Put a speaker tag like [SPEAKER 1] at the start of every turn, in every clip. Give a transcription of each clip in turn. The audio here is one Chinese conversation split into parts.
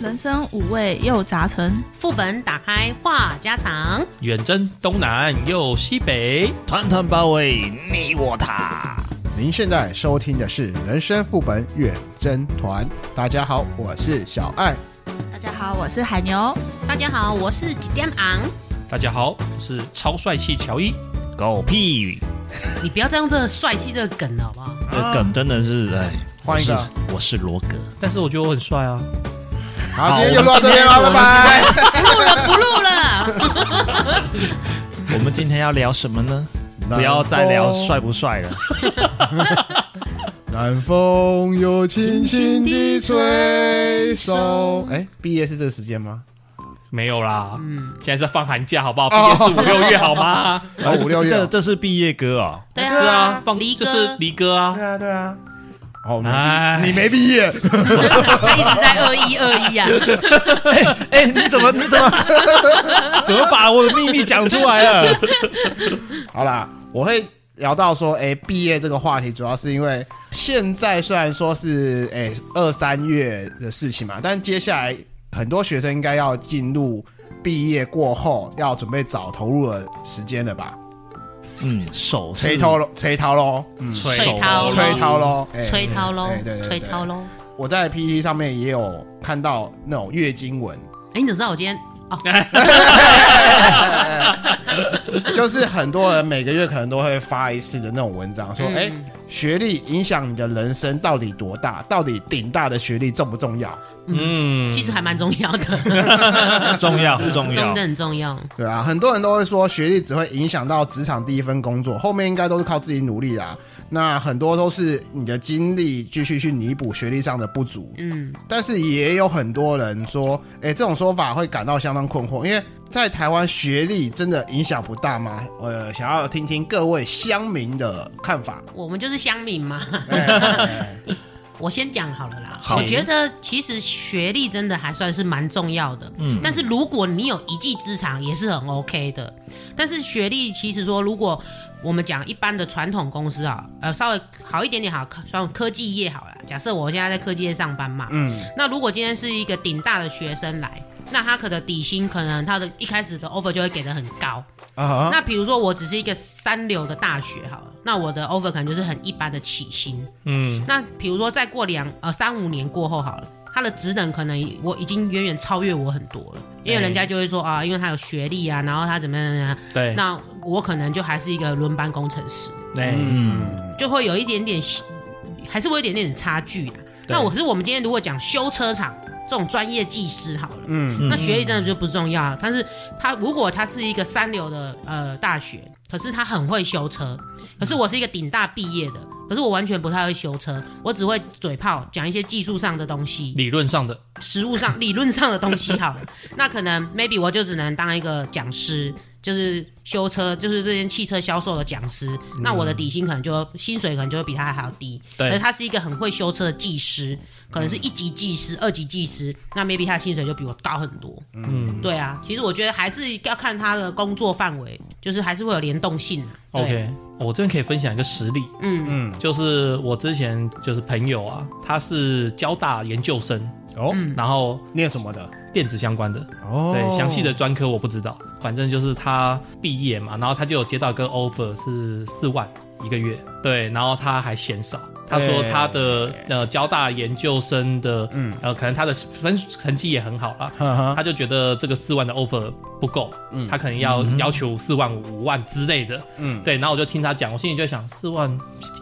[SPEAKER 1] 人生五味又杂陈，
[SPEAKER 2] 副本打开话家常，
[SPEAKER 3] 远征东南又西北，
[SPEAKER 4] 团团包围你我他。
[SPEAKER 5] 您现在收听的是《人生副本远征团》，大家好，我是小爱。
[SPEAKER 1] 大家好，我是海牛。
[SPEAKER 2] 大家好，我是几点昂，
[SPEAKER 3] 大家好，我是超帅气乔伊。
[SPEAKER 4] 狗屁！
[SPEAKER 2] 你不要再用这个帅气这个梗了，好不好？
[SPEAKER 4] 这梗真的是哎，
[SPEAKER 5] 换一个
[SPEAKER 4] 我是，我是罗格。
[SPEAKER 3] 但是我觉得我很帅啊。
[SPEAKER 5] 好，今天就录到这边了，拜拜。
[SPEAKER 2] 不录了，不录了。
[SPEAKER 4] 我们今天要聊什么 呢？不要再聊帅不帅 了。
[SPEAKER 5] 南风又轻轻地吹送。哎，毕业是这个时间吗？
[SPEAKER 3] 没有啦，
[SPEAKER 2] 嗯，
[SPEAKER 3] 现在是在放寒假，好不好？毕
[SPEAKER 5] 哦
[SPEAKER 3] 业是五六月，好 吗？
[SPEAKER 4] 哎
[SPEAKER 5] 然后五六月
[SPEAKER 4] 这
[SPEAKER 5] 哦。
[SPEAKER 4] 这是毕业歌哦。
[SPEAKER 2] 对
[SPEAKER 3] 是啊，放
[SPEAKER 2] 离歌
[SPEAKER 3] 就是离歌啊
[SPEAKER 5] 对。啊，对啊。哦，
[SPEAKER 3] 哎
[SPEAKER 5] 没你没毕业，
[SPEAKER 2] 他一直在二一二一啊，
[SPEAKER 4] 哎，你怎么你怎么怎么把我的秘密讲出来了？
[SPEAKER 5] 好啦，我会聊到说，哎、毕业这个话题，主要是因为现在虽然说是哎二三月的事情嘛，但接下来很多学生应该要进入毕业过后要准备找投入的时间了吧？
[SPEAKER 4] 嗯，手是
[SPEAKER 5] 催掏喽，催掏喽，嗯，
[SPEAKER 3] 吹
[SPEAKER 2] 吹涛
[SPEAKER 3] 手
[SPEAKER 5] 催掏喽，哎
[SPEAKER 2] 吹涛喽
[SPEAKER 5] 哎对对，对
[SPEAKER 2] 吹涛喽。
[SPEAKER 5] 我在 PPT 上面也有看到那种月经文，
[SPEAKER 2] 哎，你怎么知道我今天？
[SPEAKER 5] 就是很多人每个月可能都会发一次的那种文章，说，
[SPEAKER 2] 嗯
[SPEAKER 5] 哎、学历影响你的人生到底多大？到底顶大的学历重不重要？
[SPEAKER 3] 嗯，
[SPEAKER 2] 其实还蛮重要 的，
[SPEAKER 4] 重要重
[SPEAKER 2] 真
[SPEAKER 4] 要
[SPEAKER 2] 的。很重要。
[SPEAKER 5] 对啊，很多人都会说学历只会影响到职场第一份工作，后面应该都是靠自己努力啦。那很多都是你的经历继续去弥补学历上的不足，
[SPEAKER 2] 嗯，
[SPEAKER 5] 但是也有很多人说，哎、这种说法会感到相当困惑，因为在台湾学历真的影响不大吗？呃，想要听听各位乡民的看法。
[SPEAKER 2] 我们就是乡民嘛。
[SPEAKER 5] 哎哎哎
[SPEAKER 2] 我先讲好了啦。
[SPEAKER 3] 好
[SPEAKER 2] 我觉得其实学历真的还算是蛮重要的，嗯，但是如果你有一技之长也是很 OK 的。但是学历其实说，如果我们讲一般的传统公司啊，呃，稍微好一点点好，像科技业好了。假设我现在在科技业上班嘛，
[SPEAKER 5] 嗯，
[SPEAKER 2] 那如果今天是一个顶大的学生来，那他可能底薪可能他的一开始的 offer 就会给的很高，
[SPEAKER 5] 啊哈，
[SPEAKER 2] 那比如说我只是一个三流的大学好了，那我的 offer 可能就是很一般的起薪。
[SPEAKER 3] 嗯，
[SPEAKER 2] 那比如说再过两呃三五年过后好了，他的职能可能我已经远远超越我很多了，因为人家就会说啊，因为他有学历啊，然后他怎么样怎么样，
[SPEAKER 3] 对，
[SPEAKER 2] 那我可能就还是一个轮班工程师，
[SPEAKER 3] 对，
[SPEAKER 5] 嗯，
[SPEAKER 2] 就会有一点点，还是会有一点点差距啊。那我可是我们今天如果讲修车厂这种专业技师好了。
[SPEAKER 5] 嗯，
[SPEAKER 2] 那学历真的就不重要，但是他如果他是一个三流的呃大学，可是他很会修车，可是我是一个顶大毕业的，可是我完全不太会修车，我只会嘴炮讲一些技术上的东西，
[SPEAKER 3] 理论上的，
[SPEAKER 2] 实物上理论上的东西好了， 那可能 maybe 我就只能当一个讲师。就是修车，就是这些汽车销售的讲师，那我的底薪可能就薪水可能就会比他还要低，而
[SPEAKER 3] 嗯对，
[SPEAKER 2] 他是一个很会修车的技师，可能是一级技师、二级技师，那 maybe 他的薪水就比我高很多。
[SPEAKER 3] 嗯
[SPEAKER 2] 对啊，其实我觉得还是要看他的工作范围，就是还是会有联动性啊。对
[SPEAKER 3] ，OK，我这边可以分享一个实例，
[SPEAKER 2] 嗯
[SPEAKER 5] 嗯，
[SPEAKER 3] 就是我之前就是朋友啊，他是交大研究生，
[SPEAKER 5] 哦，
[SPEAKER 2] 嗯
[SPEAKER 3] 然后
[SPEAKER 5] 念什么的？
[SPEAKER 3] 电子相关的，
[SPEAKER 5] 哦，
[SPEAKER 3] 对，详细的专科我不知道，反正就是他毕业嘛，然后他就有接到一个 offer 是四万一个月，对，然后他还嫌少，他说他的呃交大研究生的，
[SPEAKER 5] 嗯
[SPEAKER 3] 呃可能他的分成绩也很好啦，
[SPEAKER 5] 呵呵，
[SPEAKER 3] 他就觉得这个四万的 offer 不够，
[SPEAKER 5] 嗯
[SPEAKER 3] 他可能要要求四万五五万之类的，
[SPEAKER 5] 嗯，
[SPEAKER 3] 对，然后我就听他讲，我心里就在想四万，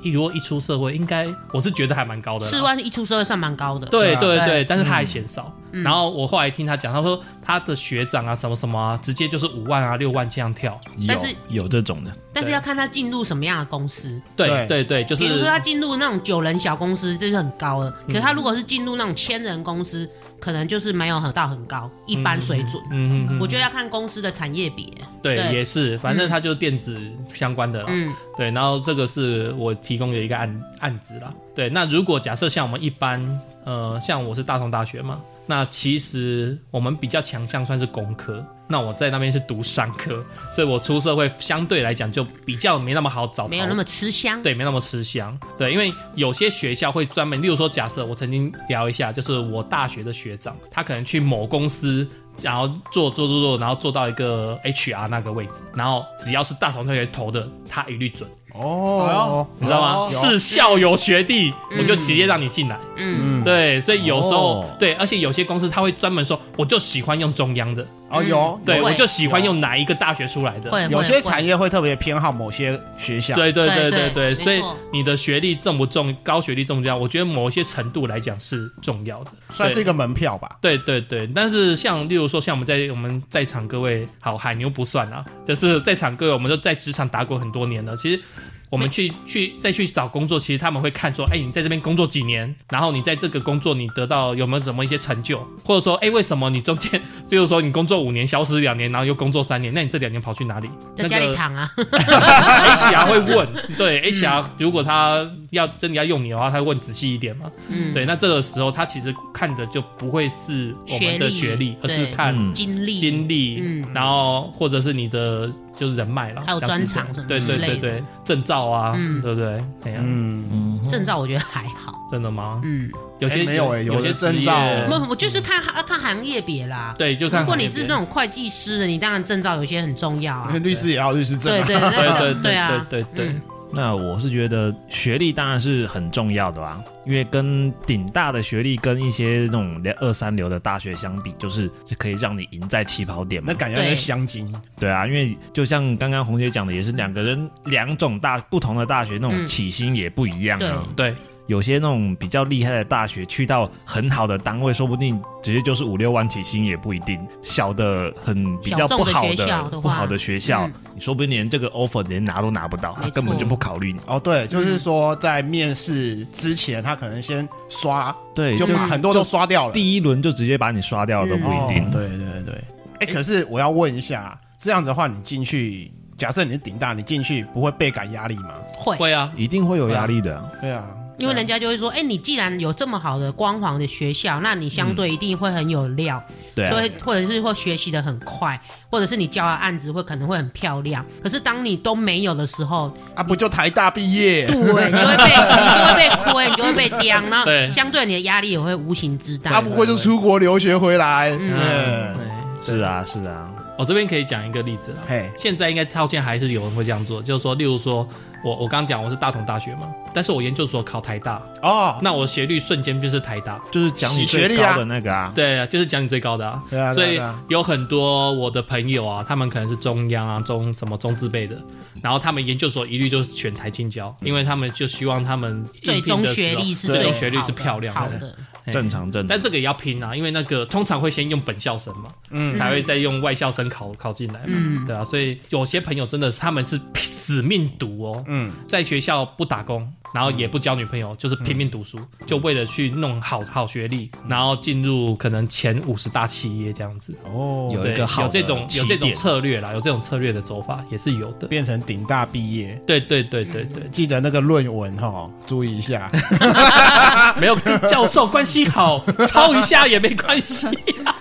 [SPEAKER 3] 一如果一出社会，应该我是觉得还蛮高的啦，
[SPEAKER 2] 四万一出社会算蛮高的。
[SPEAKER 3] 对
[SPEAKER 5] 对
[SPEAKER 3] 对
[SPEAKER 2] 啊
[SPEAKER 3] 对，但是他还嫌少。然后我后来听他讲，他说他的学长啊，什么什么啊，直接就是五万啊、六万这样跳。
[SPEAKER 2] 但是
[SPEAKER 4] 有有这种的，
[SPEAKER 2] 但是要看他进入什么样的公司，
[SPEAKER 3] 对
[SPEAKER 5] 对
[SPEAKER 3] 对对，就
[SPEAKER 2] 比如
[SPEAKER 3] 是嗯
[SPEAKER 2] 说他进入那种九人小公司，这是很高的。可是他如果是进入那种千人公司，可能就是没有很到很高，一般水准。
[SPEAKER 3] 嗯嗯嗯，
[SPEAKER 2] 我觉得要看公司的产业别。
[SPEAKER 3] 对
[SPEAKER 2] 对
[SPEAKER 3] 也是，反正他就是电子相关的啦。
[SPEAKER 2] 嗯
[SPEAKER 3] 对，然后这个是我提供的一个案案子啦。对，那如果假设像我们一般，呃，像我是大同大学嘛，那其实我们比较强项算是工科，那我在那边是读商科，所以我出社会相对来讲就比较没那么好找，
[SPEAKER 2] 没有那么吃香。
[SPEAKER 3] 对，没那么吃香。对，因为有些学校会专门，例如说，假设我曾经聊一下，就是我大学的学长，他可能去某公司。然后做做做做，然后做到一个 HR 那个位置，然后只要是大同同学投的，他一律准，
[SPEAKER 5] 哦，
[SPEAKER 3] 你知道吗？
[SPEAKER 4] 哦
[SPEAKER 3] 是校友学弟，我就直接让你进来。
[SPEAKER 2] 嗯，
[SPEAKER 5] 嗯，
[SPEAKER 3] 对，所以有时候、
[SPEAKER 4] 哦
[SPEAKER 3] 对，而且有些公司他会专门说，我就喜欢用中央的，
[SPEAKER 5] 哦
[SPEAKER 2] 嗯
[SPEAKER 5] 有，
[SPEAKER 3] 对
[SPEAKER 5] 有
[SPEAKER 3] 我就喜欢
[SPEAKER 5] 有
[SPEAKER 3] 用哪一个大学出来的。
[SPEAKER 2] 会
[SPEAKER 5] 有些
[SPEAKER 2] 业。会
[SPEAKER 5] 产业会特别偏好某些学校，
[SPEAKER 3] 对对
[SPEAKER 2] 对
[SPEAKER 3] 对
[SPEAKER 2] 对
[SPEAKER 3] 对对，
[SPEAKER 2] 没
[SPEAKER 3] 所以
[SPEAKER 2] 错
[SPEAKER 3] 你的学历重不重，高学历重不重要？我觉得某一些程度来讲是重要的，
[SPEAKER 5] 算是
[SPEAKER 3] 对。
[SPEAKER 5] 一个门票吧。
[SPEAKER 3] 对对对，但是像例如说，像我们在我们在场各位，好海牛不算啊，就是在场各位，我们都在职场打滚很多年了。其实我们去去再去找工作，其实他们会看说，哎，你在这边工作几年，然后你在这个工作你得到有没有什么一些成就，或者说，哎，为什么你中间， 例如说你工作五年消失两年，然后又工作三年，那你这两年跑去哪里？
[SPEAKER 2] 在
[SPEAKER 3] 那
[SPEAKER 2] 家
[SPEAKER 3] 个
[SPEAKER 2] 里躺啊，
[SPEAKER 3] HR 会
[SPEAKER 2] 嗯
[SPEAKER 3] 问，对 HR 如果他要真的要用你的话，他会问仔细一点嘛。
[SPEAKER 2] 嗯，
[SPEAKER 3] 对，那这个时候他其实看的就不会是我们
[SPEAKER 2] 学
[SPEAKER 3] 的学
[SPEAKER 2] 历
[SPEAKER 3] 历，而是
[SPEAKER 2] 对
[SPEAKER 3] 看
[SPEAKER 4] 嗯
[SPEAKER 2] 经历
[SPEAKER 3] 经历，
[SPEAKER 2] 嗯
[SPEAKER 3] 然后或者是你的就是人脉了，
[SPEAKER 2] 还有
[SPEAKER 3] 这样子
[SPEAKER 2] 专长什么
[SPEAKER 3] 对
[SPEAKER 2] 之
[SPEAKER 3] 对
[SPEAKER 2] 类的
[SPEAKER 3] 对对，证照啊，
[SPEAKER 2] 嗯
[SPEAKER 3] 对不对？哎呀，
[SPEAKER 5] 嗯，
[SPEAKER 4] 嗯哼
[SPEAKER 2] 证照我觉得还好，
[SPEAKER 3] 真的吗？
[SPEAKER 2] 嗯，
[SPEAKER 3] 有些
[SPEAKER 5] 哎没有哎有
[SPEAKER 3] 有
[SPEAKER 5] 的
[SPEAKER 3] 些
[SPEAKER 5] 证
[SPEAKER 3] 职业
[SPEAKER 5] 照
[SPEAKER 2] 我我就是看行看行业别啦。
[SPEAKER 3] 对，就看
[SPEAKER 2] 如果
[SPEAKER 3] 行业
[SPEAKER 2] 你是
[SPEAKER 3] 别
[SPEAKER 2] 那种会计师的，你当然证照有些很重要 啊
[SPEAKER 5] 因为。律师也要律师证
[SPEAKER 2] 对对
[SPEAKER 5] 啊，
[SPEAKER 2] 那
[SPEAKER 3] 对对
[SPEAKER 2] 种
[SPEAKER 3] 对
[SPEAKER 2] 啊，
[SPEAKER 3] 对对对
[SPEAKER 2] 嗯
[SPEAKER 4] 那我是觉得学历当然是很重要的啦，因为跟顶大的学历跟一些那种连二三流的大学相比，就是是可以让你赢在起跑点嘛
[SPEAKER 5] 那。感觉
[SPEAKER 2] 对
[SPEAKER 5] 跟香精，
[SPEAKER 4] 对啊，因为就像刚刚红姐讲的，也是两个人两种大不同的大学那
[SPEAKER 2] 嗯
[SPEAKER 4] 种起薪也不一样啊。
[SPEAKER 3] 对
[SPEAKER 4] 有些那种比较厉害的大学，去到很好的单位，说不定直接就是五六万起薪也不一定。小的很比较
[SPEAKER 2] 小众
[SPEAKER 4] 不
[SPEAKER 2] 的
[SPEAKER 4] 好
[SPEAKER 2] 学校的话
[SPEAKER 4] 不好的学校，
[SPEAKER 2] 嗯
[SPEAKER 4] 你说不定连这个 offer 连拿都拿不到，他
[SPEAKER 2] 没错
[SPEAKER 4] 根本就不考虑你。
[SPEAKER 5] 哦，对，
[SPEAKER 2] 嗯
[SPEAKER 5] 就是说在面试之前，他可能先刷，
[SPEAKER 4] 对，
[SPEAKER 5] 就
[SPEAKER 4] 就
[SPEAKER 5] 把很多都刷掉了。
[SPEAKER 4] 第一轮就直接把你刷掉了都
[SPEAKER 2] 嗯
[SPEAKER 4] 不一定。
[SPEAKER 5] 哦对对对，哎、可是我要问一下，这样子的话，你进去，假设你是顶大，你进去不会倍感压力吗？
[SPEAKER 2] 会，
[SPEAKER 3] 会啊，
[SPEAKER 4] 一定会有压力的啊。
[SPEAKER 5] 对啊，
[SPEAKER 2] 因为人家就会说，哎，你既然有这么好的光环的学校，那你相对一定会很有料，
[SPEAKER 3] 嗯
[SPEAKER 4] 对啊
[SPEAKER 2] 所以或者是会学习的很快，或者是你交的案子会可能会很漂亮。可是当你都没有的时候，
[SPEAKER 5] 啊，不就台大毕业？
[SPEAKER 2] 对，你啊就会被 你就会被亏，你就会被刁，然后
[SPEAKER 3] 对
[SPEAKER 2] 相对你的压力也会无形之大。
[SPEAKER 5] 啊他不会就出国留学回来？
[SPEAKER 3] 嗯
[SPEAKER 5] 嗯，，
[SPEAKER 3] 对
[SPEAKER 4] 是，啊，是啊，
[SPEAKER 3] 我这边可以讲一个例子啦。
[SPEAKER 5] 嘿，
[SPEAKER 3] 现在应该套现还是有人会这样做，就是说，例如说我我刚讲我是大同大学嘛，但是我研究所考台大，
[SPEAKER 5] 哦，
[SPEAKER 3] 那我学历瞬间就是台大。
[SPEAKER 4] 就是讲你
[SPEAKER 5] 洗学
[SPEAKER 4] 最
[SPEAKER 5] 历啊
[SPEAKER 4] 高的那个啊，
[SPEAKER 3] 对啊，就是讲你最高的啊，
[SPEAKER 5] 对啊
[SPEAKER 3] 所
[SPEAKER 5] 对啊
[SPEAKER 3] 以
[SPEAKER 5] 对啊
[SPEAKER 3] 有很多我的朋友啊，他们可能是中央啊、中什么中字辈的，然后他们研究所一律就是选台青交，因为他们就希望他们
[SPEAKER 2] 最
[SPEAKER 3] 应聘
[SPEAKER 2] 终
[SPEAKER 3] 的时候
[SPEAKER 2] 学历是
[SPEAKER 3] 最
[SPEAKER 2] 最
[SPEAKER 3] 终学历是漂亮
[SPEAKER 2] 好
[SPEAKER 3] 的，
[SPEAKER 2] 的，
[SPEAKER 3] 嘿
[SPEAKER 4] 正。常正常。
[SPEAKER 3] 但这个也要拼啊，因为那个通常会先用本校生嘛，
[SPEAKER 5] 嗯
[SPEAKER 3] 才会再用外校生考考进来嘛，
[SPEAKER 2] 嗯
[SPEAKER 3] 对啊，所以有些朋友真的是他们是死命读哦，
[SPEAKER 5] 嗯，
[SPEAKER 3] 在学校不打工，然后也不交女朋
[SPEAKER 4] 嗯
[SPEAKER 3] 友，就是拼命读书，就为了去弄好好学历，
[SPEAKER 4] 嗯
[SPEAKER 3] 然后进入可能前五十大企业这样子。
[SPEAKER 5] 哦，
[SPEAKER 4] 有
[SPEAKER 3] 对
[SPEAKER 4] 一个好
[SPEAKER 3] 有
[SPEAKER 4] 的
[SPEAKER 3] 这种有这
[SPEAKER 4] 起
[SPEAKER 3] 种
[SPEAKER 4] 点
[SPEAKER 3] 策略啦，有这种策略的走法也是有的。
[SPEAKER 5] 变成顶大毕业。
[SPEAKER 3] 对对对对对，
[SPEAKER 5] 记得那个论文哈，注意一下。
[SPEAKER 3] 啊没有跟教授关系好，抄一下也没关系。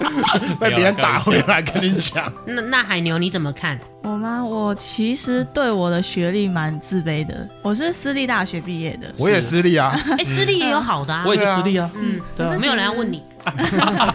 [SPEAKER 5] 被别人打
[SPEAKER 3] 没
[SPEAKER 5] 回
[SPEAKER 3] 有
[SPEAKER 5] 来跟你讲，
[SPEAKER 2] 那那海牛你怎么 看？
[SPEAKER 1] 我吗？哦我其实对我的学历蛮自卑的。我是私立大学毕业的，
[SPEAKER 5] 我也私立啊，
[SPEAKER 2] 哎，私立也有好的啊
[SPEAKER 3] 嗯我，也是私立啊，
[SPEAKER 2] 嗯，
[SPEAKER 3] 对啊
[SPEAKER 1] 可是
[SPEAKER 2] 没有人要 问你。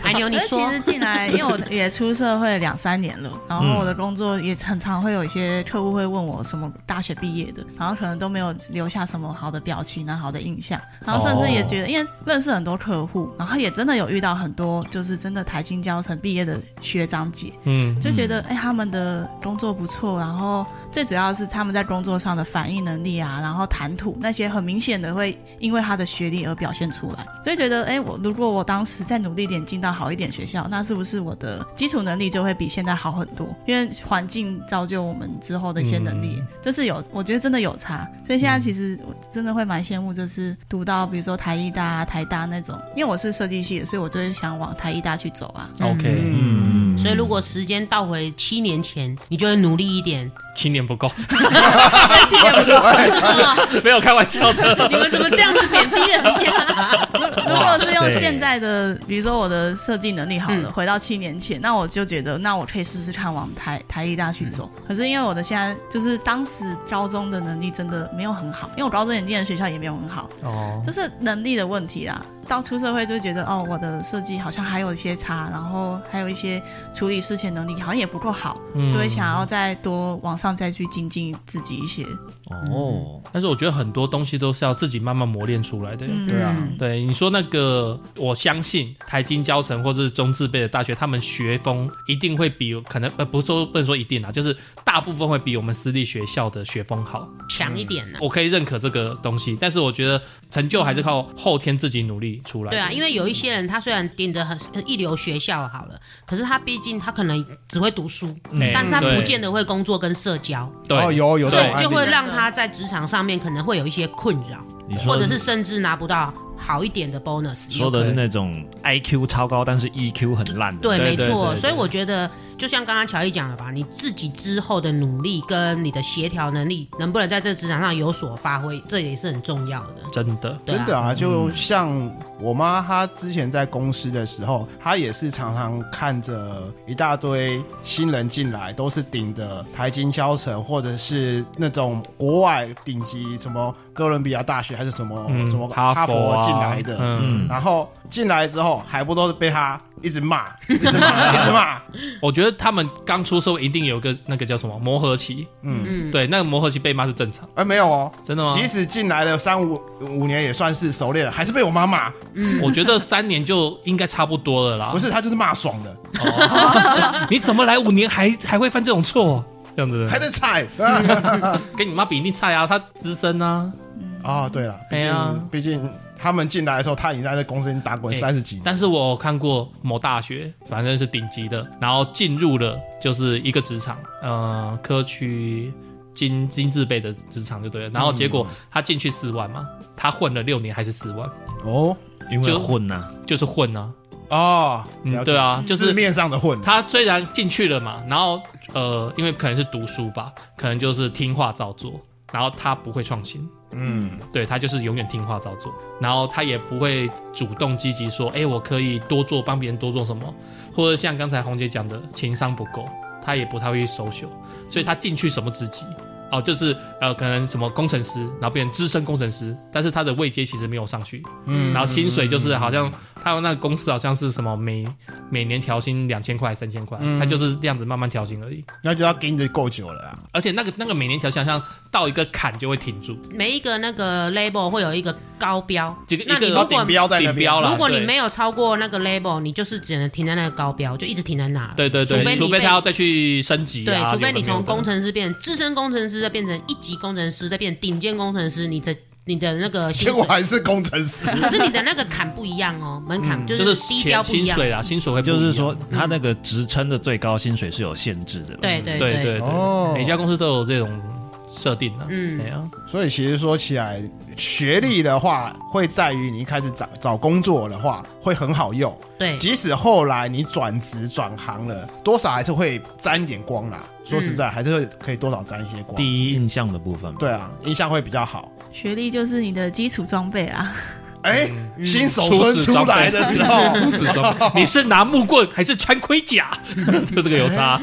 [SPEAKER 2] 海牛你
[SPEAKER 1] 可是
[SPEAKER 2] 说
[SPEAKER 1] 其实进来，因为我也出社会两三年了，然后我的工作也很常会有一些客户会问我什么大学毕业的，然后可能都没有留下什么好的表情啊、好的印象，然后甚至也觉得，因为认识很多客户，然后也真的有遇到很多就是真的台青教程毕业的学长姐，
[SPEAKER 3] 嗯，
[SPEAKER 1] 就觉得哎、他们的工作不错，然后最主要是他们在工作上的反应能力啊，然后谈吐那些很明显的会因为他的学历而表现出来，所以觉得哎、我如果我当时再努力一点进到好一点学校，那是不是我的基础能力就会比现在好很多？因为环境造就我们之后的一些能力，这是有，我觉得真的有差。所以现在其实我真的会蛮羡慕，就是读到比如说台艺大、啊、台大那种，因为我是设计系的，所以我就会想往台艺大去走啊。
[SPEAKER 3] OK，
[SPEAKER 4] 嗯，
[SPEAKER 2] 所以如果时间倒回七年前，你就会努力一点。
[SPEAKER 3] 青年不够，
[SPEAKER 2] 哇
[SPEAKER 3] 没有开玩笑的。
[SPEAKER 2] 你们怎么这样子贬低人家？
[SPEAKER 1] 如果是用就
[SPEAKER 4] 对
[SPEAKER 1] 现在的，比如说我的设计能力好了，
[SPEAKER 2] 嗯
[SPEAKER 1] 回到七年前，那我就觉得，那我可以试试看往台台艺大去走。可是因为我的现在就是当时高中的能力真的没有很好，因为我高中也念的学校也没有很好，
[SPEAKER 3] 哦，
[SPEAKER 1] 就是能力的问题啦。到出社会就觉得，哦，我的设计好像还有一些差，然后还有一些处理事情能力好像也不够好，
[SPEAKER 3] 嗯
[SPEAKER 1] 就会想要再多往上再去精进自己一些。
[SPEAKER 4] 哦，
[SPEAKER 3] 但是我觉得很多东西都是要自己慢慢磨练出来的。
[SPEAKER 1] 嗯
[SPEAKER 5] 对啊
[SPEAKER 3] 对你说那个，我相信台金教程或是中字辈的大学，他们学风一定会比可能呃，不是说不能说一定啊，就是大部分会比我们私立学校的学风好。
[SPEAKER 2] 强一点呢、啊
[SPEAKER 3] 我可以认可这个东西，但是我觉得成就还是靠后天自己努力出来的。
[SPEAKER 2] 对啊，因为有一些人他虽然顶着很一流学校好了，可是他毕竟他可能只会读书，
[SPEAKER 3] 哎
[SPEAKER 2] 但是他
[SPEAKER 3] 对
[SPEAKER 2] 不见得会工作跟社交，
[SPEAKER 3] 对、
[SPEAKER 5] 哦，有有这
[SPEAKER 2] 所
[SPEAKER 5] 种案
[SPEAKER 2] 以
[SPEAKER 5] 例
[SPEAKER 2] 就会让他在职场上面可能会有一些困扰，
[SPEAKER 4] 你说
[SPEAKER 2] 或者是甚至拿不到好一点的 bonus 也有
[SPEAKER 4] 说
[SPEAKER 2] 可能。
[SPEAKER 4] 的是那种 IQ 超高，但是 EQ 很烂的。
[SPEAKER 2] 对，
[SPEAKER 3] 对
[SPEAKER 2] 没
[SPEAKER 3] 对
[SPEAKER 2] 错。
[SPEAKER 3] 对
[SPEAKER 2] 所以
[SPEAKER 3] 对
[SPEAKER 2] 我觉得，就像刚刚乔伊讲的吧，你自己之后的努力跟你的协调能力，能不能在这职场上有所发挥，这也是很重要的。
[SPEAKER 3] 真的，
[SPEAKER 2] 对
[SPEAKER 5] 真的啊，就像我妈，她之前在公司的时候，她也是常常看着一大堆新人进来，都是顶着台金教程，或者是那种国外顶级什么哥伦比亚大学还是什么、
[SPEAKER 3] 嗯，
[SPEAKER 5] 什么
[SPEAKER 3] 哈
[SPEAKER 5] 哈佛
[SPEAKER 3] 啊
[SPEAKER 5] 进来的，
[SPEAKER 3] 嗯，
[SPEAKER 4] 嗯
[SPEAKER 5] 然后进来之后还不都是被她一直骂，一直骂，一直骂，
[SPEAKER 3] 我觉得他们刚出社会一定有个那个叫什么磨合期，
[SPEAKER 5] 嗯，
[SPEAKER 2] 嗯，
[SPEAKER 3] 对，那个磨合期被骂是正常，
[SPEAKER 5] 哎、没有哦。
[SPEAKER 3] 真的吗？
[SPEAKER 5] 即使进来了三五五年，也算是熟练了，还是被我妈骂。
[SPEAKER 3] 我觉得三年就应该差不多了啦。
[SPEAKER 5] 不是，她就是骂爽的，
[SPEAKER 3] 哦，你怎么来五年还还会犯这种错？这样子
[SPEAKER 5] 还在踩。
[SPEAKER 3] 跟你妈比一定差啊，她资深啊。
[SPEAKER 5] 哦，对了，毕
[SPEAKER 3] 哎呀
[SPEAKER 5] 竟毕竟他们进来的时候，他已经在这公司已经打滚
[SPEAKER 3] 哎
[SPEAKER 5] 三十几年。
[SPEAKER 3] 但是我有看过某大学，反正是顶级的，然后进入了就是一个职场，呃，科区金金字辈的职场就对了。然后结果他进去四万嘛，他混了六年还是四万，
[SPEAKER 5] 哦
[SPEAKER 4] 因为
[SPEAKER 3] 就
[SPEAKER 4] 混呐，
[SPEAKER 3] 就是混啊，
[SPEAKER 5] 哦，
[SPEAKER 3] 嗯，对，啊，就
[SPEAKER 5] 就是是面上的混。
[SPEAKER 3] 他虽然进去了嘛，然后呃，因为可能是读书吧，可能就是听话照做，然后他不会创新，
[SPEAKER 5] 嗯，
[SPEAKER 3] 对他就是永远听话照做，然后他也不会主动积极说，哎、我可以多做帮别人多做什么，或者像刚才红姐讲的，情商不够，他也不太会收手，所以他进去什么职级。哦，就是呃，可能什么工程师，然后呃变成资深工程师，但是他的位阶其实没有上去，嗯，然后薪水就是好像他那个公司好像是什么每每年调薪两千块、三千块，
[SPEAKER 2] 嗯
[SPEAKER 3] 他就是这样子慢慢调薪而已。
[SPEAKER 5] 那就要跟着够久了啦。
[SPEAKER 3] 而且那个那个每年调薪好像到一个坎就会停住，
[SPEAKER 2] 每一个那个 label 会有一个高标，
[SPEAKER 3] 这个
[SPEAKER 2] 那你
[SPEAKER 3] 一
[SPEAKER 2] 如
[SPEAKER 3] 个
[SPEAKER 5] 然
[SPEAKER 2] 果
[SPEAKER 5] 后顶标在那
[SPEAKER 3] 顶标
[SPEAKER 5] 边。
[SPEAKER 3] 啦
[SPEAKER 2] 如果你
[SPEAKER 3] 对
[SPEAKER 2] 没有超过那个 label，你就是只能停在那个高标，就一直停在那。
[SPEAKER 3] 对对对，
[SPEAKER 2] 除非你
[SPEAKER 3] 除非
[SPEAKER 2] 被
[SPEAKER 3] 他要再去升级
[SPEAKER 2] 对，
[SPEAKER 3] 啊，
[SPEAKER 2] 除非你
[SPEAKER 3] 有的没有
[SPEAKER 2] 从
[SPEAKER 3] 的
[SPEAKER 2] 工程师变资深工程师，再变成一级工程师，再变顶尖工程师，你的你的那个薪
[SPEAKER 5] 结果
[SPEAKER 2] 水，
[SPEAKER 5] 还是工程 师，
[SPEAKER 2] 可是你的那个坎不一样哦，门槛就
[SPEAKER 3] 嗯就是
[SPEAKER 2] 是低标
[SPEAKER 3] 钱
[SPEAKER 2] 不一
[SPEAKER 3] 薪
[SPEAKER 2] 样。
[SPEAKER 3] 水啦，薪水会不一
[SPEAKER 4] 就
[SPEAKER 3] 样
[SPEAKER 4] 是说他那个职称的最高薪水是有限制的。
[SPEAKER 2] 对对
[SPEAKER 3] 对嗯对对，
[SPEAKER 5] 哦
[SPEAKER 3] 每家公司都有这种设定的，
[SPEAKER 2] 嗯
[SPEAKER 3] 对啊，
[SPEAKER 5] 所以其实说起来，学历的话会在于你一开始找找工作的话会很好用，
[SPEAKER 3] 嗯
[SPEAKER 2] 对，
[SPEAKER 5] 即使后来你转职转行了，多少还是会沾一点光啦。说实
[SPEAKER 3] 嗯
[SPEAKER 5] 在，还是会可以多少沾一些光。
[SPEAKER 4] 第一印象的部分嘛，
[SPEAKER 5] 对啊，印象会比较好。
[SPEAKER 1] 学历就是你的基础装备啊啦。
[SPEAKER 5] 哎，
[SPEAKER 2] 嗯
[SPEAKER 5] 新手村出来的时候，
[SPEAKER 3] 初始装 备，你是拿木棍还是穿盔甲？ 就这个有差。